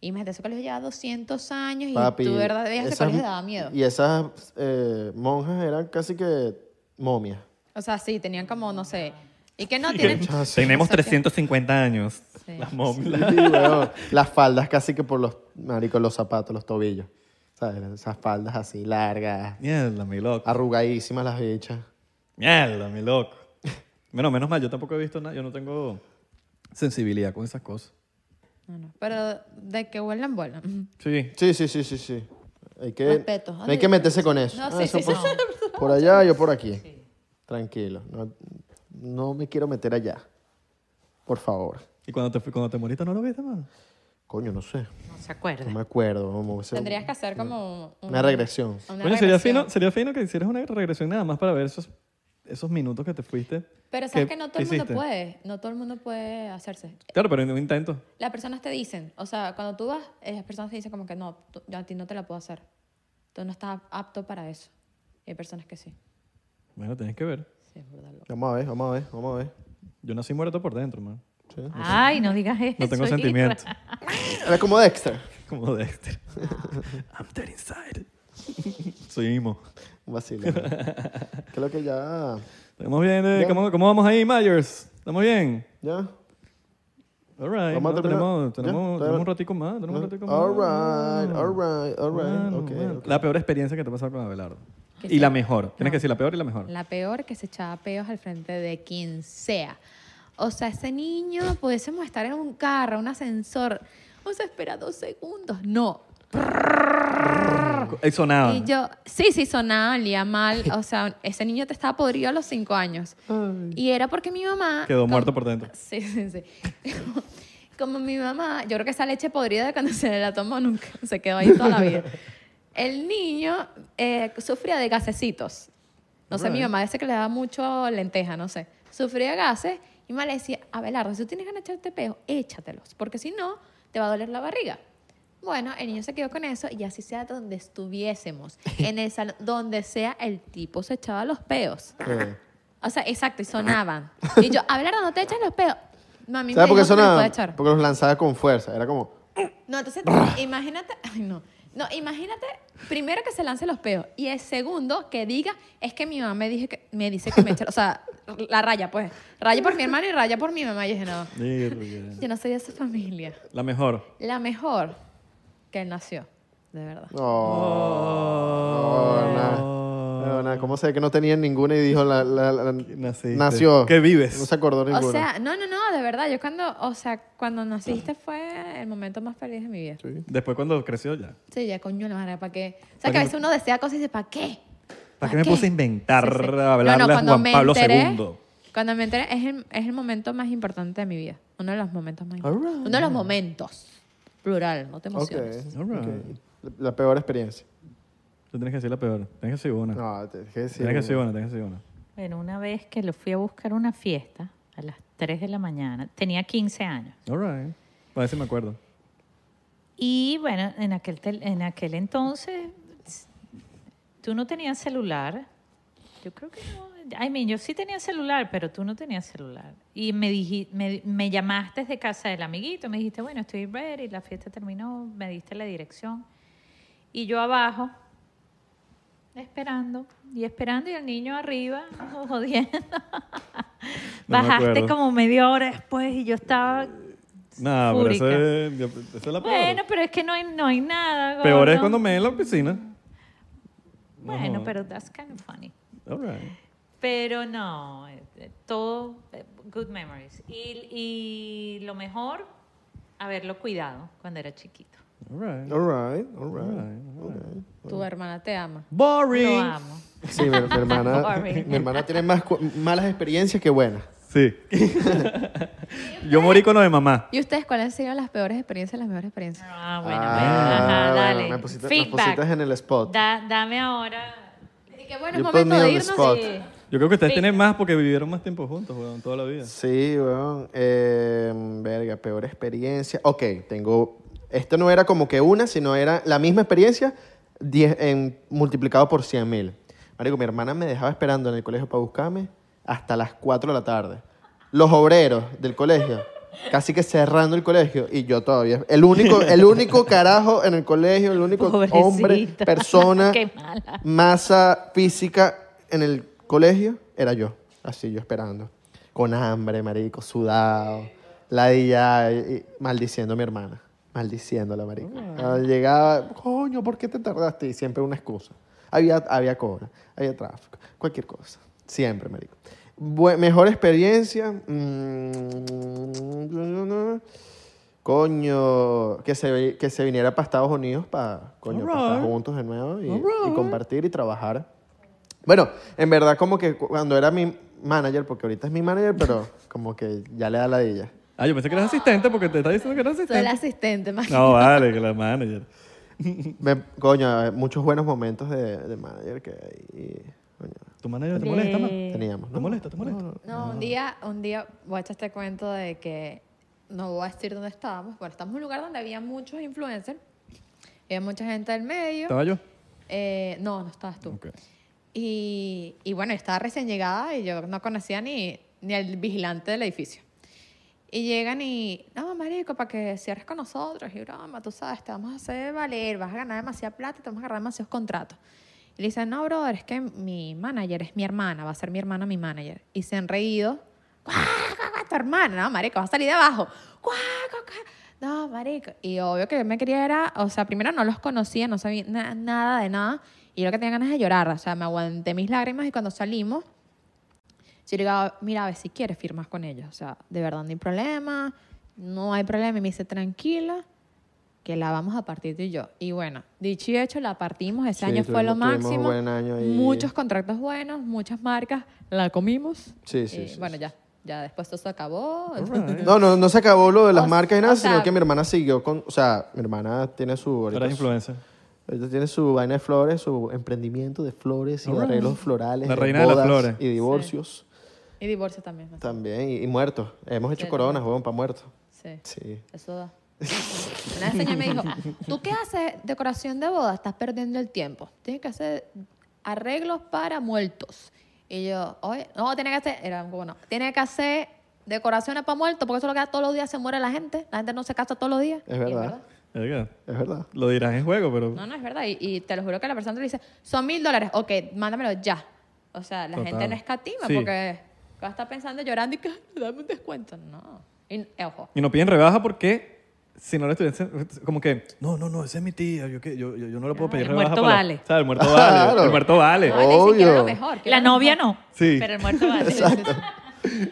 Y imagínate, ese colegio lleva 200 años y Papi. tú, de verdad, veías ese esas- colegio y daba miedo. Y esas eh, monjas eran casi que momias. O sea, sí, tenían como, no sé. Y que no tienen. Tenemos o *laughs* sea, que- 350 años. Sí. Las mom- Sí, weón. las faldas casi que por los, marico, los zapatos, los tobillos. ¿Sabes? Esas faldas así largas, *laughs* Mierda, mi loco. arrugadísimas las bichas. Mierda, mi loco. Menos, menos mal, yo tampoco he visto nada. Yo no tengo sensibilidad con esas cosas. No, no, Pero de que vuelan, vuelan. Sí. Sí, sí, sí, sí, sí. Hay que, Respeto. No hay que meterse con eso. No, Ah, sí, eso sí, por, sí, *laughs* por allá, yo por aquí. Tranquilo. No, no me quiero meter allá. Por favor. ¿Y cuando te, fui- cuando te moriste no lo viste, mano? Coño, no sé. No se acuerda. No me acuerdo. Como ese- Tendrías que hacer como. un- Una regresión. una Coño, sería regresión. fino, sería fino que hicieras una regresión nada más para ver esos, esos minutos que te fuiste. Pero sabes que no todo el mundo hiciste. puede, no todo el mundo puede hacerse. Claro, pero en un intento. Las personas te dicen, o sea, cuando tú vas, eh, las personas te dicen como que no, tú- yo a ti no te la puedo hacer. Tú no estás apto para eso. Y hay personas que sí. Bueno, tenés que ver. Sí, es verdad. loco. Vamos a ver, vamos a ver, vamos a ver. Yo nací muerto por dentro, man. Sí. Ay, no digas eso. No tengo Isra. sentimientos. *laughs* Era como Dexter. Como Dexter. *laughs* I'm dead inside. Soy Imo. Un vacilo. *laughs* Creo que ya. ¿Estamos bien? eh? ¿Cómo, cómo vamos ahí, Myers? ¿Estamos bien? Ya. All right. Vamos a no, tenemos, terminar. Ya, tenemos, está tenemos bien. un ratico más. Tenemos un ratico más. All right, all right, all right. Bueno, ok, bueno. ok. La peor experiencia que te ha pasado con Abelardo. Que Y sea- la mejor. Tienes No. que decir la peor y la mejor. La peor que se echaba peos al frente de quien sea. O sea, ese niño, pudiésemos estar en un carro, un ascensor. O sea, espera dos segundos. No. Él sonaba. Y yo, sí, sí, sonaba, olía mal. O sea, ese niño te estaba podrido a los cinco años. Y era porque mi mamá... Quedó con- muerto por dentro. Sí, *laughs* sí, sí. Como mi mamá, yo creo que esa leche podrida cuando se la tomó nunca, se quedó ahí toda la vida. El niño eh, sufría de gasecitos. No sé, mi Alright. mamá dice que le daba mucho lenteja, no sé. Sufría de gases y mi mamá le decía, Abelardo, si tú tienes ganas de echarte peo, échatelos, porque si no, te va a doler la barriga. Bueno, el niño se quedó con eso y así sea donde estuviésemos, en el salón, donde sea, el tipo se echaba los peos. Eh. O sea, exacto, y sonaban. Y yo, Abelardo, no te echas los peos. Mami, me ¿Sabes por qué dijo que me los puede sonaba? echar. Porque los lanzaba con fuerza. Era como, No, entonces, imagínate, ay, no. No, imagínate, primero que se lance los peos y el segundo que diga, es que mi mamá me, dije que, me dice que me echa, o sea, la raya, pues, raya por mi hermano y raya por mi mamá. Y yo dije, no, yo no soy de esa familia. La mejor. La mejor que él nació, de verdad. oh, no, no, no, ¿Cómo sé que no tenía ninguna y dijo la, la- la- Naciste. nació? Que vives. No se acordó ninguna. O sea, no, no, no, de verdad, yo cuando, o sea, cuando naciste fue el momento más feliz de mi vida. Después cuando creció ya. Sí, ya coño la madre, ¿para qué? O sea, que a veces uno desea cosas y dice, ¿para qué? ¿Para qué me puse a inventar Sí, sí. No, no, a hablarle a cuando Juan me Pablo enteré- II? Cuando me enteré, es el, es el momento más importante de mi vida. Uno de los momentos más Alright. importantes. Uno de los momentos. Plural, no te Ok, emociones. Alright. ok. La, la peor experiencia. Tú tienes que decir la peor. Tienes que decir una. No, te dije sí. tienes que decir una, tienes que decir una. Bueno, una vez que lo fui a buscar a una fiesta a las 3 de la mañana, tenía 15 años. All right. A ver si me acuerdo. Y bueno, en aquel, tel- en aquel entonces, tú no tenías celular. Yo creo que no. I mean, yo sí tenía celular, pero tú no tenías celular. Y me, diji- me, me llamaste desde casa del amiguito, me dijiste, bueno, estoy ready, la fiesta terminó, me diste la dirección. Y yo abajo, esperando, y esperando, y el niño arriba, *laughs* jodiendo. No me Bajaste acuerdo. como media hora después y yo estaba... No, pero eso fúrica. es, yo- eso es la peor. Bueno, pero es que no hay, no hay nada. peor es gordo. cuando me den la piscina. Bueno, Ajá. pero that's kind of funny. All right. Pero no, eh, eh, todo eh, good memories. Y, y lo mejor, haberlo cuidado cuando era chiquito. All right. All right, all right. Tu hermana te ama. Lo Boring. amo. Sí, mi, mi *laughs* hermana, Sorry. mi hermana tiene más cu- malas experiencias que buenas. Sí. *laughs* yo morí con lo de mamá. ¿Y ustedes cuáles han sido las peores experiencias y las mejores experiencias? Ah, bueno, Ah, bueno, ajá, bueno, dale. me pusiste, me Feedback. pusiste en el spot. Da- dame ahora. Y que bueno, You put es momento me de on the irnos. spot. y- Yo creo que ustedes tienen más porque vivieron más tiempo juntos, weón, toda la vida. Sí, weón. Eh, verga, peor experiencia. Ok, tengo. Esto no era como que una, sino era la misma experiencia diez- en- multiplicado por 100 mil. Marico, mi hermana me dejaba esperando en el colegio para buscarme hasta las 4 de la tarde. Los obreros del colegio, casi que cerrando el colegio, y yo todavía. El único, el único carajo en el colegio, el único hombre, Pobrecita. persona, *laughs* Qué mala. masa física en el colegio era yo, así yo esperando, con hambre, marico, sudado, la día maldiciendo a mi hermana, maldiciéndola, marico. Ah, Llegaba, coño, ¿por qué te tardaste? Y siempre una excusa. Había, había cobra, había tráfico, cualquier cosa, siempre, marico. Bue- mejor experiencia, mm, coño, que se, vi- que se viniera para Estados Unidos para, coño, pa' estar Alright. juntos de nuevo y, Alright. y compartir y trabajar. Bueno, en verdad como que cu- cuando era mi manager, porque ahorita es mi manager, *laughs* pero como que ya le da la dilla. Ah, yo pensé que eras asistente porque te está diciendo que eras Soy la asistente. asistente, más. No, vale, que la manager. Me- coño, eh, muchos buenos momentos de, de manager que ahí, coño, ¿Tu manager te molesta, man? ¿Te teníamos. ¿no? molesta? ¿Te molesta? *laughs* No, un día, un día voy a echar este cuento de que no voy a decir dónde estábamos, pero estamos en un lugar donde había muchos influencers, había mucha gente del medio. ¿Estaba yo? Eh, no, no estabas tú. Ok. Y, y bueno, estaba recién llegada y yo no conocía ni, ni al vigilante del edificio. Y llegan y, no, marico, para que cierres con nosotros y broma, tú sabes, te vamos a hacer valer, vas a ganar demasiada plata, te vamos a agarrar demasiados contratos. Y le dicen, no, brother, es que mi manager es mi hermana, va a ser mi hermana mi manager. Y se han reído, ¡Cuá, cuá, cuá, tu hermana, no, marico, va a salir de abajo. ¡Cuá, cuá, cuá! No, marico. Y obvio que yo me quería era, o sea, primero no los conocía, no sabía na- nada de nada. Y yo lo que tenía ganas de llorar, o sea, me aguanté mis lágrimas y cuando salimos, yo le digo, mira, a ver si quieres firmas con ellos. O sea, de verdad no hay problema, no hay problema. Y me dice, tranquila, que la vamos a partir tú y yo. Y bueno, dicho y hecho, la partimos. Ese Sí, año fue lo tuvimos- tuvimos máximo. buen año ahí. Muchos contratos buenos, muchas marcas, la comimos. Sí, sí, Y, sí, Eh, Bueno, sí. ya. Ya después eso se acabó. No, no, no se acabó lo de las O- marcas y nada, o sea- sino que mi hermana siguió con. O sea, mi hermana tiene su. Tú ahorita eres su- influencer. Ahorita tiene su vaina de flores, su emprendimiento de flores y de Alright. arreglos florales. La de reina de las bodas flores. Y divorcios *laughs* Y divorcio también. ¿no? también. Y, y muertos. Hemos hecho coronas, huevón, para muertos. Sí. Sí. Eso da. Una vez señora me dijo, ¿tú qué haces decoración de boda? Estás perdiendo el tiempo. Tienes que hacer arreglos para muertos. Y yo, oye, no, tiene que hacer, era como no, tiene que hacer decoraciones para muertos, porque eso es lo que todos los días se muere la gente. La gente no se casa todos los días. Eh. Es Y verdad. Verga, Es *laughs* verdad. Lo dirás en juego, pero. No, no, es verdad. Y, y te lo juro que la persona te dice, son mil dólares, ok, mándamelo ya. O sea, la Total. gente no escatima Sí. porque va a estar pensando llorando y que "Ay, dame un descuento. No. Y, eh, ojo. Y no piden rebaja porque si no le estuviesen. Como que, no, no, no, esa es mi tía. Yo, que, yo, yo, yo no le puedo pedir Ah, el rebaja. muerto para la-". vale. O sea, el muerto vale. Claro. El muerto vale. No, le dicen, quiero lo Obvio. mejor. quiero La lo novia mejor. no. Sí. Pero el muerto vale.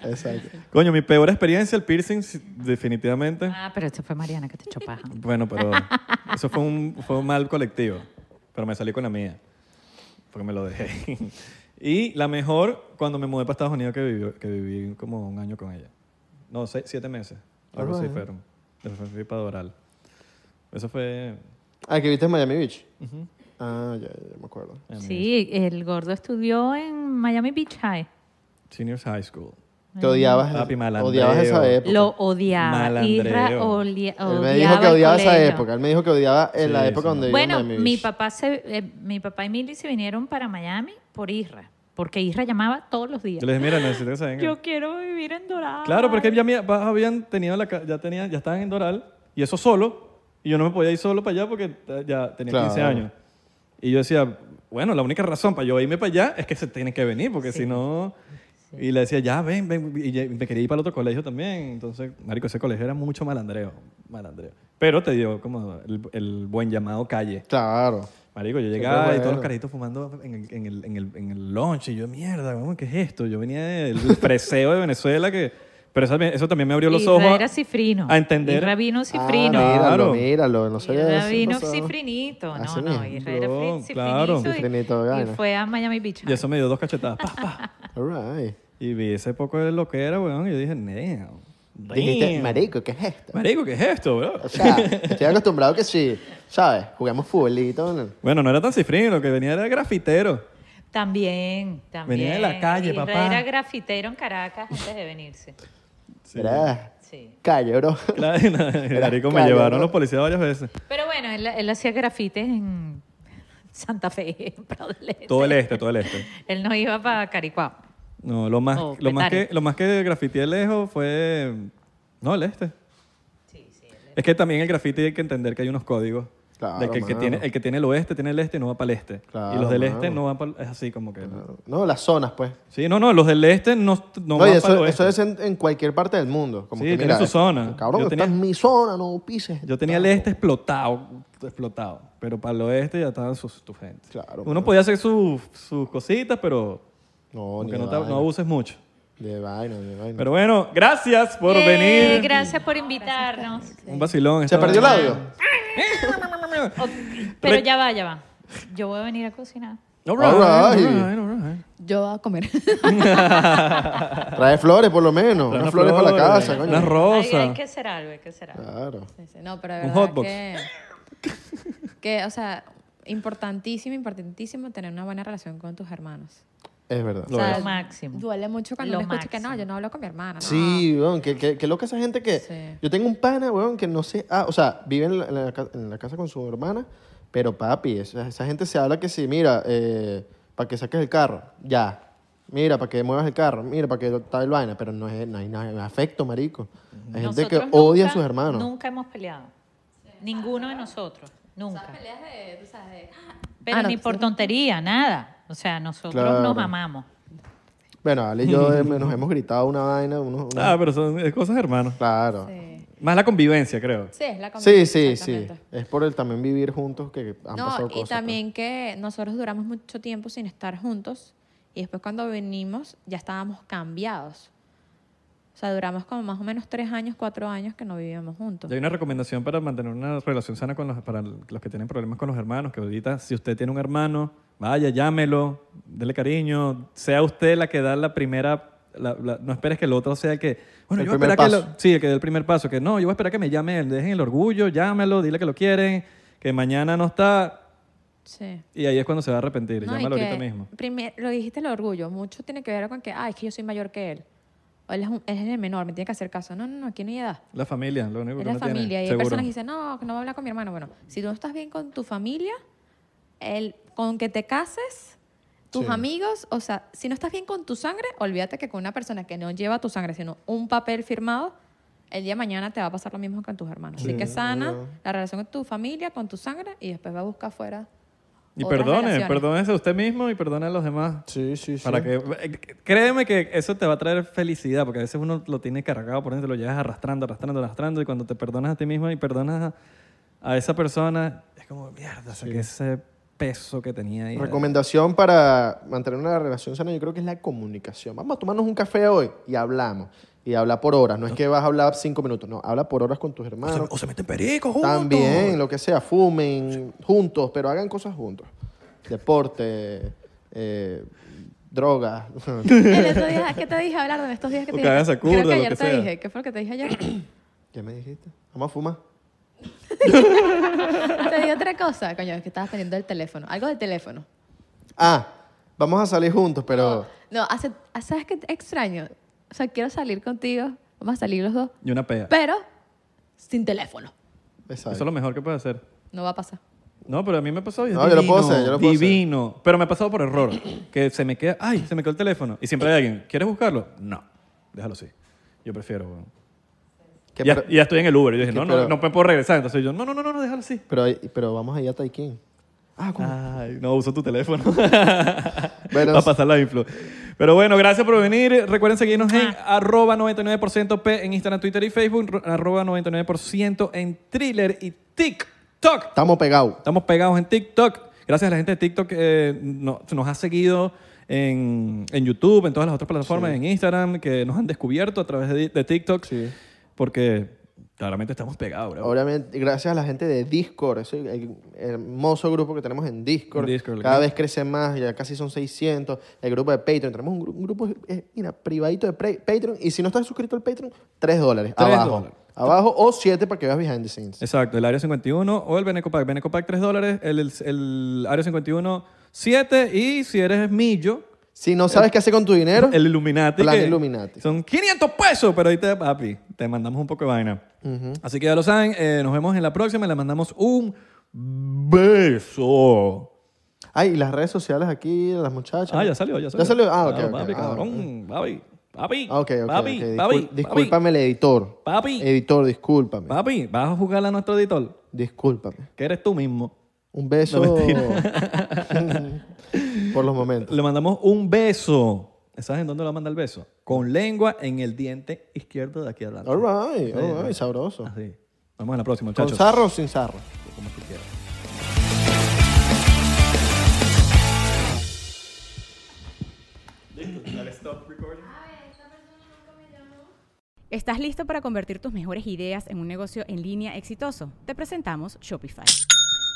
Exacto. Coño, mi peor experiencia, el piercing, sí, definitivamente. Ah, pero esto fue Mariana que te *laughs* echó paja. Bueno, pero eso fue un, fue un mal colectivo. Pero me salí con la mía. Porque me lo dejé. *laughs* Y la mejor, cuando me mudé para Estados Unidos, que viví, que viví como un año con ella. No, seis- siete meses. Algo así Alright. fueron. Después fui para Doral. Eso fue... Ah, que viste en Miami Beach. Ah, ya, ya, ya me acuerdo. Sí, el gordo estudió en Miami Beach High. Seniors High School. Te odiabas, Papi, malandreo. odiabas esa época. Lo odiaba. Malandreo. Isra olia- Él odiaba me dijo que el odiaba esa colegio. época. Él me dijo que odiaba eh, la Sí, época sí. donde vivía en Bueno, Miami mi Beach. papá, se, eh, mi papá y Milly se vinieron para Miami por Isra, porque Isra llamaba todos los días. Yo les dije, mira, necesito que se vengan. Yo quiero vivir en Dorado. Claro, porque ya, mi- pa- habían tenido la, ca- ya, tenían, ya estaban en Doral y eso solo. Y yo no me podía ir solo para allá porque eh, ya tenía Claro. 15 años. Y yo decía, bueno, la única razón para yo irme para allá es que se tienen que venir, porque si no. Y le decía, ya, ven, ven. Y ya- me quería ir para el otro colegio también. Entonces, Marico, ese colegio era mucho malandreo. Malandreo. Pero te dio como el, el buen llamado calle. Claro. Marico, yo llegaba y todos bueno. los carajitos fumando en el, en, el, en, el, en el lunch y yo, mierda, ¿cómo, ¿qué es esto? Yo venía del preseo de Venezuela que... Pero eso, también- eso también me abrió los Isra ojos a- era cifrino. a entender. Isra vino Ah, cifrino. Claro. míralo, míralo. No sabía Isra eso. vino pasado. cifrinito. No, Así no, mismo. Isra era Yo, fri- claro. cifrinito. y- Cifrinito, y, vaina. fue a Miami Beach. Y eso me dio dos cachetadas. pa, pa. All right. Y vi ese poco de lo que era, weón, y yo dije, damn. damn. Dijiste, marico, ¿qué es esto? Marico, ¿qué es esto, bro? *laughs* O sea, estoy acostumbrado que sí, ¿sabes? Jugamos futbolito. ¿no? Bueno, no era tan cifrino, lo que venía era grafitero. También, también. Venía de la calle, Isra papá. Era grafitero en Caracas antes de venirse. Era Sí. calle, bro. Claro, *laughs* marico, me calle, llevaron ¿no? los policías varias veces. Pero bueno, él, él hacía grafites en Santa Fe, *laughs* en Prado del Este. Todo el este, todo el este. Él no iba para Caricuao. No, lo más, O lo más que Petare. lo más que grafiteé lejos fue no el este. Es que también el grafiti hay que entender que hay unos códigos. Claro, de que el, que mano. tiene, el que tiene el oeste tiene el este y no va para el este. Claro, y los del mano. este no van para Es así como que. *laughs* No, las zonas, pues. Sí, no, no, los del este no, no No, van y para el eso, oeste. eso es en, en cualquier parte del mundo. Como Sí, que, tiene mira, su zona. Cabrón, Yo esta tenía- es mi zona, no pises. Yo tenía el este explotado, explotado. Pero para el oeste ya estaban sus, tu gente. Claro, Uno mano. podía hacer sus- sus cositas, pero. No, como ni que de no, te- vaina. no abuses mucho. De vaina, de vaina. Pero bueno, gracias por Eh, venir. Gracias por invitarnos. Un vacilón. ¿Se estaba- perdió el *laughs* audio? Ok, Pero ya va, ya va. Yo voy a venir a cocinar. All right, all right, Yo voy a comer. *laughs* Trae flores, por lo menos. Unas flores para la casa, coño. Unas Hay, hay rosas. que hacer algo, hay que hacer algo. Claro. Sí, sí. No, pero de Un verdad hotbox. que, que, o sea, importantísimo, importantísimo tener una buena relación con tus hermanos. Es verdad. Lo o sea, es. máximo. Duele mucho cuando Lo uno escucha que máximo. no, yo no hablo con mi hermana. no. Sí, weón, que, que, que loca esa gente que... Ah. Sí. Yo tengo un pana, weón, que no sé... Ah, o sea, vive en la, en la ca- en la casa con su hermana, pero papi, esa, esa gente se habla que sí, mira, para que saques el carro, ya. Mira, para que muevas el carro, mira, para que tal vaina, pero no, es, no hay nada, no hay afecto, marico. Hay gente que Nosotros odia a nunca- sus hermanos. Nunca hemos peleado. Ninguno de nosotros. Nunca. Pero Ah, no, ni por sí. tontería, nada. O sea, nosotros Claro. nos amamos. Bueno, Ale y yo *laughs* eh, nos hemos gritado una vaina, unos... unos- Ah, pero son eh, cosas hermanas. claro. Más la convivencia, creo. Sí, es la Sí, convivencia, sí, sí. exactamente. Es por el también vivir juntos que han No, pasado y cosas. pues. también que nosotros duramos mucho tiempo sin estar juntos y después cuando venimos ya estábamos cambiados. O sea, duramos como más o menos tres años, cuatro años que no vivíamos juntos. Y Hay una recomendación para mantener una relación sana con los, para los que tienen problemas con los hermanos, que ahorita si usted tiene un hermano, vaya, llámelo, dele cariño, sea usted la que da la primera la- la- no esperes que el otro sea el que. Bueno, El yo voy a primer esperar que. paso. lo- sí, el que dé el primer paso. Que no, yo voy a esperar que me llame él. Dejen el orgullo, llámalo, dile que lo quieren, que mañana no está. Sí. Y ahí es cuando se va a arrepentir. No, y Llámalo que ahorita mismo. primer- lo dijiste el orgullo. Mucho tiene que ver con que, ah, es que yo soy mayor que él. O él es, un- él es el menor, me tiene que hacer caso. No, no, no, aquí no hay edad. La familia, lo único que Es la uno tiene, familia. y hay seguro. personas que dicen, no, que no voy a hablar con mi hermano. Bueno, si tú no estás bien con tu familia, el, con que te cases, tus Sí. amigos, o sea, si no estás bien con tu sangre, olvídate que con una persona que no lleva tu sangre, sino un papel firmado, el día de mañana te va a pasar lo mismo que con tus hermanos. Así que sana verdad. la relación con tu familia, con tu sangre, y después va a buscar afuera. Y otras perdone, relaciones. perdónese a usted mismo y perdone a los demás. Sí, sí, sí. Para que, eh, créeme que eso te va a traer felicidad, porque a veces uno lo tiene cargado por dentro, lo llevas arrastrando, arrastrando, arrastrando, y cuando te perdonas a ti mismo y perdonas a, a esa persona, es como, mierda, saqué ese peso que tenía ahí. Recomendación para mantener una relación sana, yo creo que es la comunicación. Vamos a tomarnos un café hoy y hablamos. Y habla por horas. No es que vas a hablar cinco minutos. No, habla por horas con tus hermanos. O se meten pericos También, lo que sea, fumen juntos, pero hagan cosas juntos. Deporte, eh, *laughs* drogas. El otro día, ¿qué te dije hablar de estos días que O te que dije? hagas a curda, Creo que lo ayer que te sea. dije. ¿Qué fue lo que te dije ayer? ¿Ya me dijiste? Vamos a fumar. Ah, te dije otra cosa, coño, es que estabas teniendo el teléfono. Algo del teléfono. Ah, vamos a salir juntos, Ah. pero... No, hace, ¿sabes qué extraño? O sea, quiero salir contigo, vamos a salir los dos, Y una pea. pero sin teléfono. Exacto. Eso es lo mejor que puede hacer. No va a pasar. No, pero a mí me pasó. y es No, yo lo puedo divino, hacer, yo lo puedo hacer. Divino. Pero me ha pasado por error. Que se me queda, ay, se me quedó el teléfono. Y siempre hay alguien, ¿quieres buscarlo? No, déjalo así. Yo prefiero, weón. Que ya, pero, ya estoy en el Uber. Y yo dije, ¿Qué no, no, pero- no me puedo regresar. Entonces yo, no, no, no, no, no, déjalo así. pero, hay- pero vamos allá a Taikin. Ah, ¿cómo? Ay, no, uso tu teléfono. *laughs* Bueno, Ah. Va a pasar la influ. Pero bueno, gracias por venir. Recuerden seguirnos en arroba 99% P en Instagram, Twitter y Facebook. ro- Arroba 99% en Thriller y TikTok. estamos pegados. Estamos pegados en TikTok. Gracias a la gente de TikTok eh, no- nos ha seguido en, en YouTube, en todas las otras plataformas, en Instagram, que nos han descubierto a través de, de TikTok. Sí. Porque claramente estamos pegados, bro. Obviamente, gracias a la gente de Discord, ese el hermoso grupo que tenemos en Discord. En Discord, Cada ¿no? vez crece más, ya casi son 600. El grupo de Patreon, tenemos un, gru- un grupo eh, mira, privadito de pre- Patreon. Y si no estás suscrito al Patreon, 3 dólares. Tres abajo. dólares. Abajo o 7 para que veas behind the scenes. Exacto, el Área 51 o el Benecopac. Benecopac 3 dólares, el, el, el Área 51 7 y si eres millo, Si no sabes qué hacer con tu dinero, el Illuminati. Plan que Illuminati. Son 500 pesos, pero ahí te, papi, te mandamos un poco de vaina. Así que ya lo saben, eh, nos vemos en la próxima y le mandamos un beso. Ay, y las redes sociales aquí, las muchachas. Ah, ya salió, ya salió. Ya salió. Ah, ok. ok. papi, Ah, cabrón, papi, papi, Ah, ok, ok, papi, ok. Discul- papi, discúlpame Eh, el editor. Papi. Editor, discúlpame. Papi, vas a jugar a nuestro editor, Discúlpame. que eres tú mismo. Un beso. No, *laughs* por los momentos. Le mandamos un beso. ¿Sabes en dónde le manda el beso? Con lengua en el diente izquierdo de aquí adelante. All right, all right, sabroso. Así. Vamos a la próxima, ¿Con muchachos. sarro o sin sarro? Como tú quieras. ¿Estás listo para convertir tus mejores ideas en un negocio en línea exitoso? Te presentamos Shopify.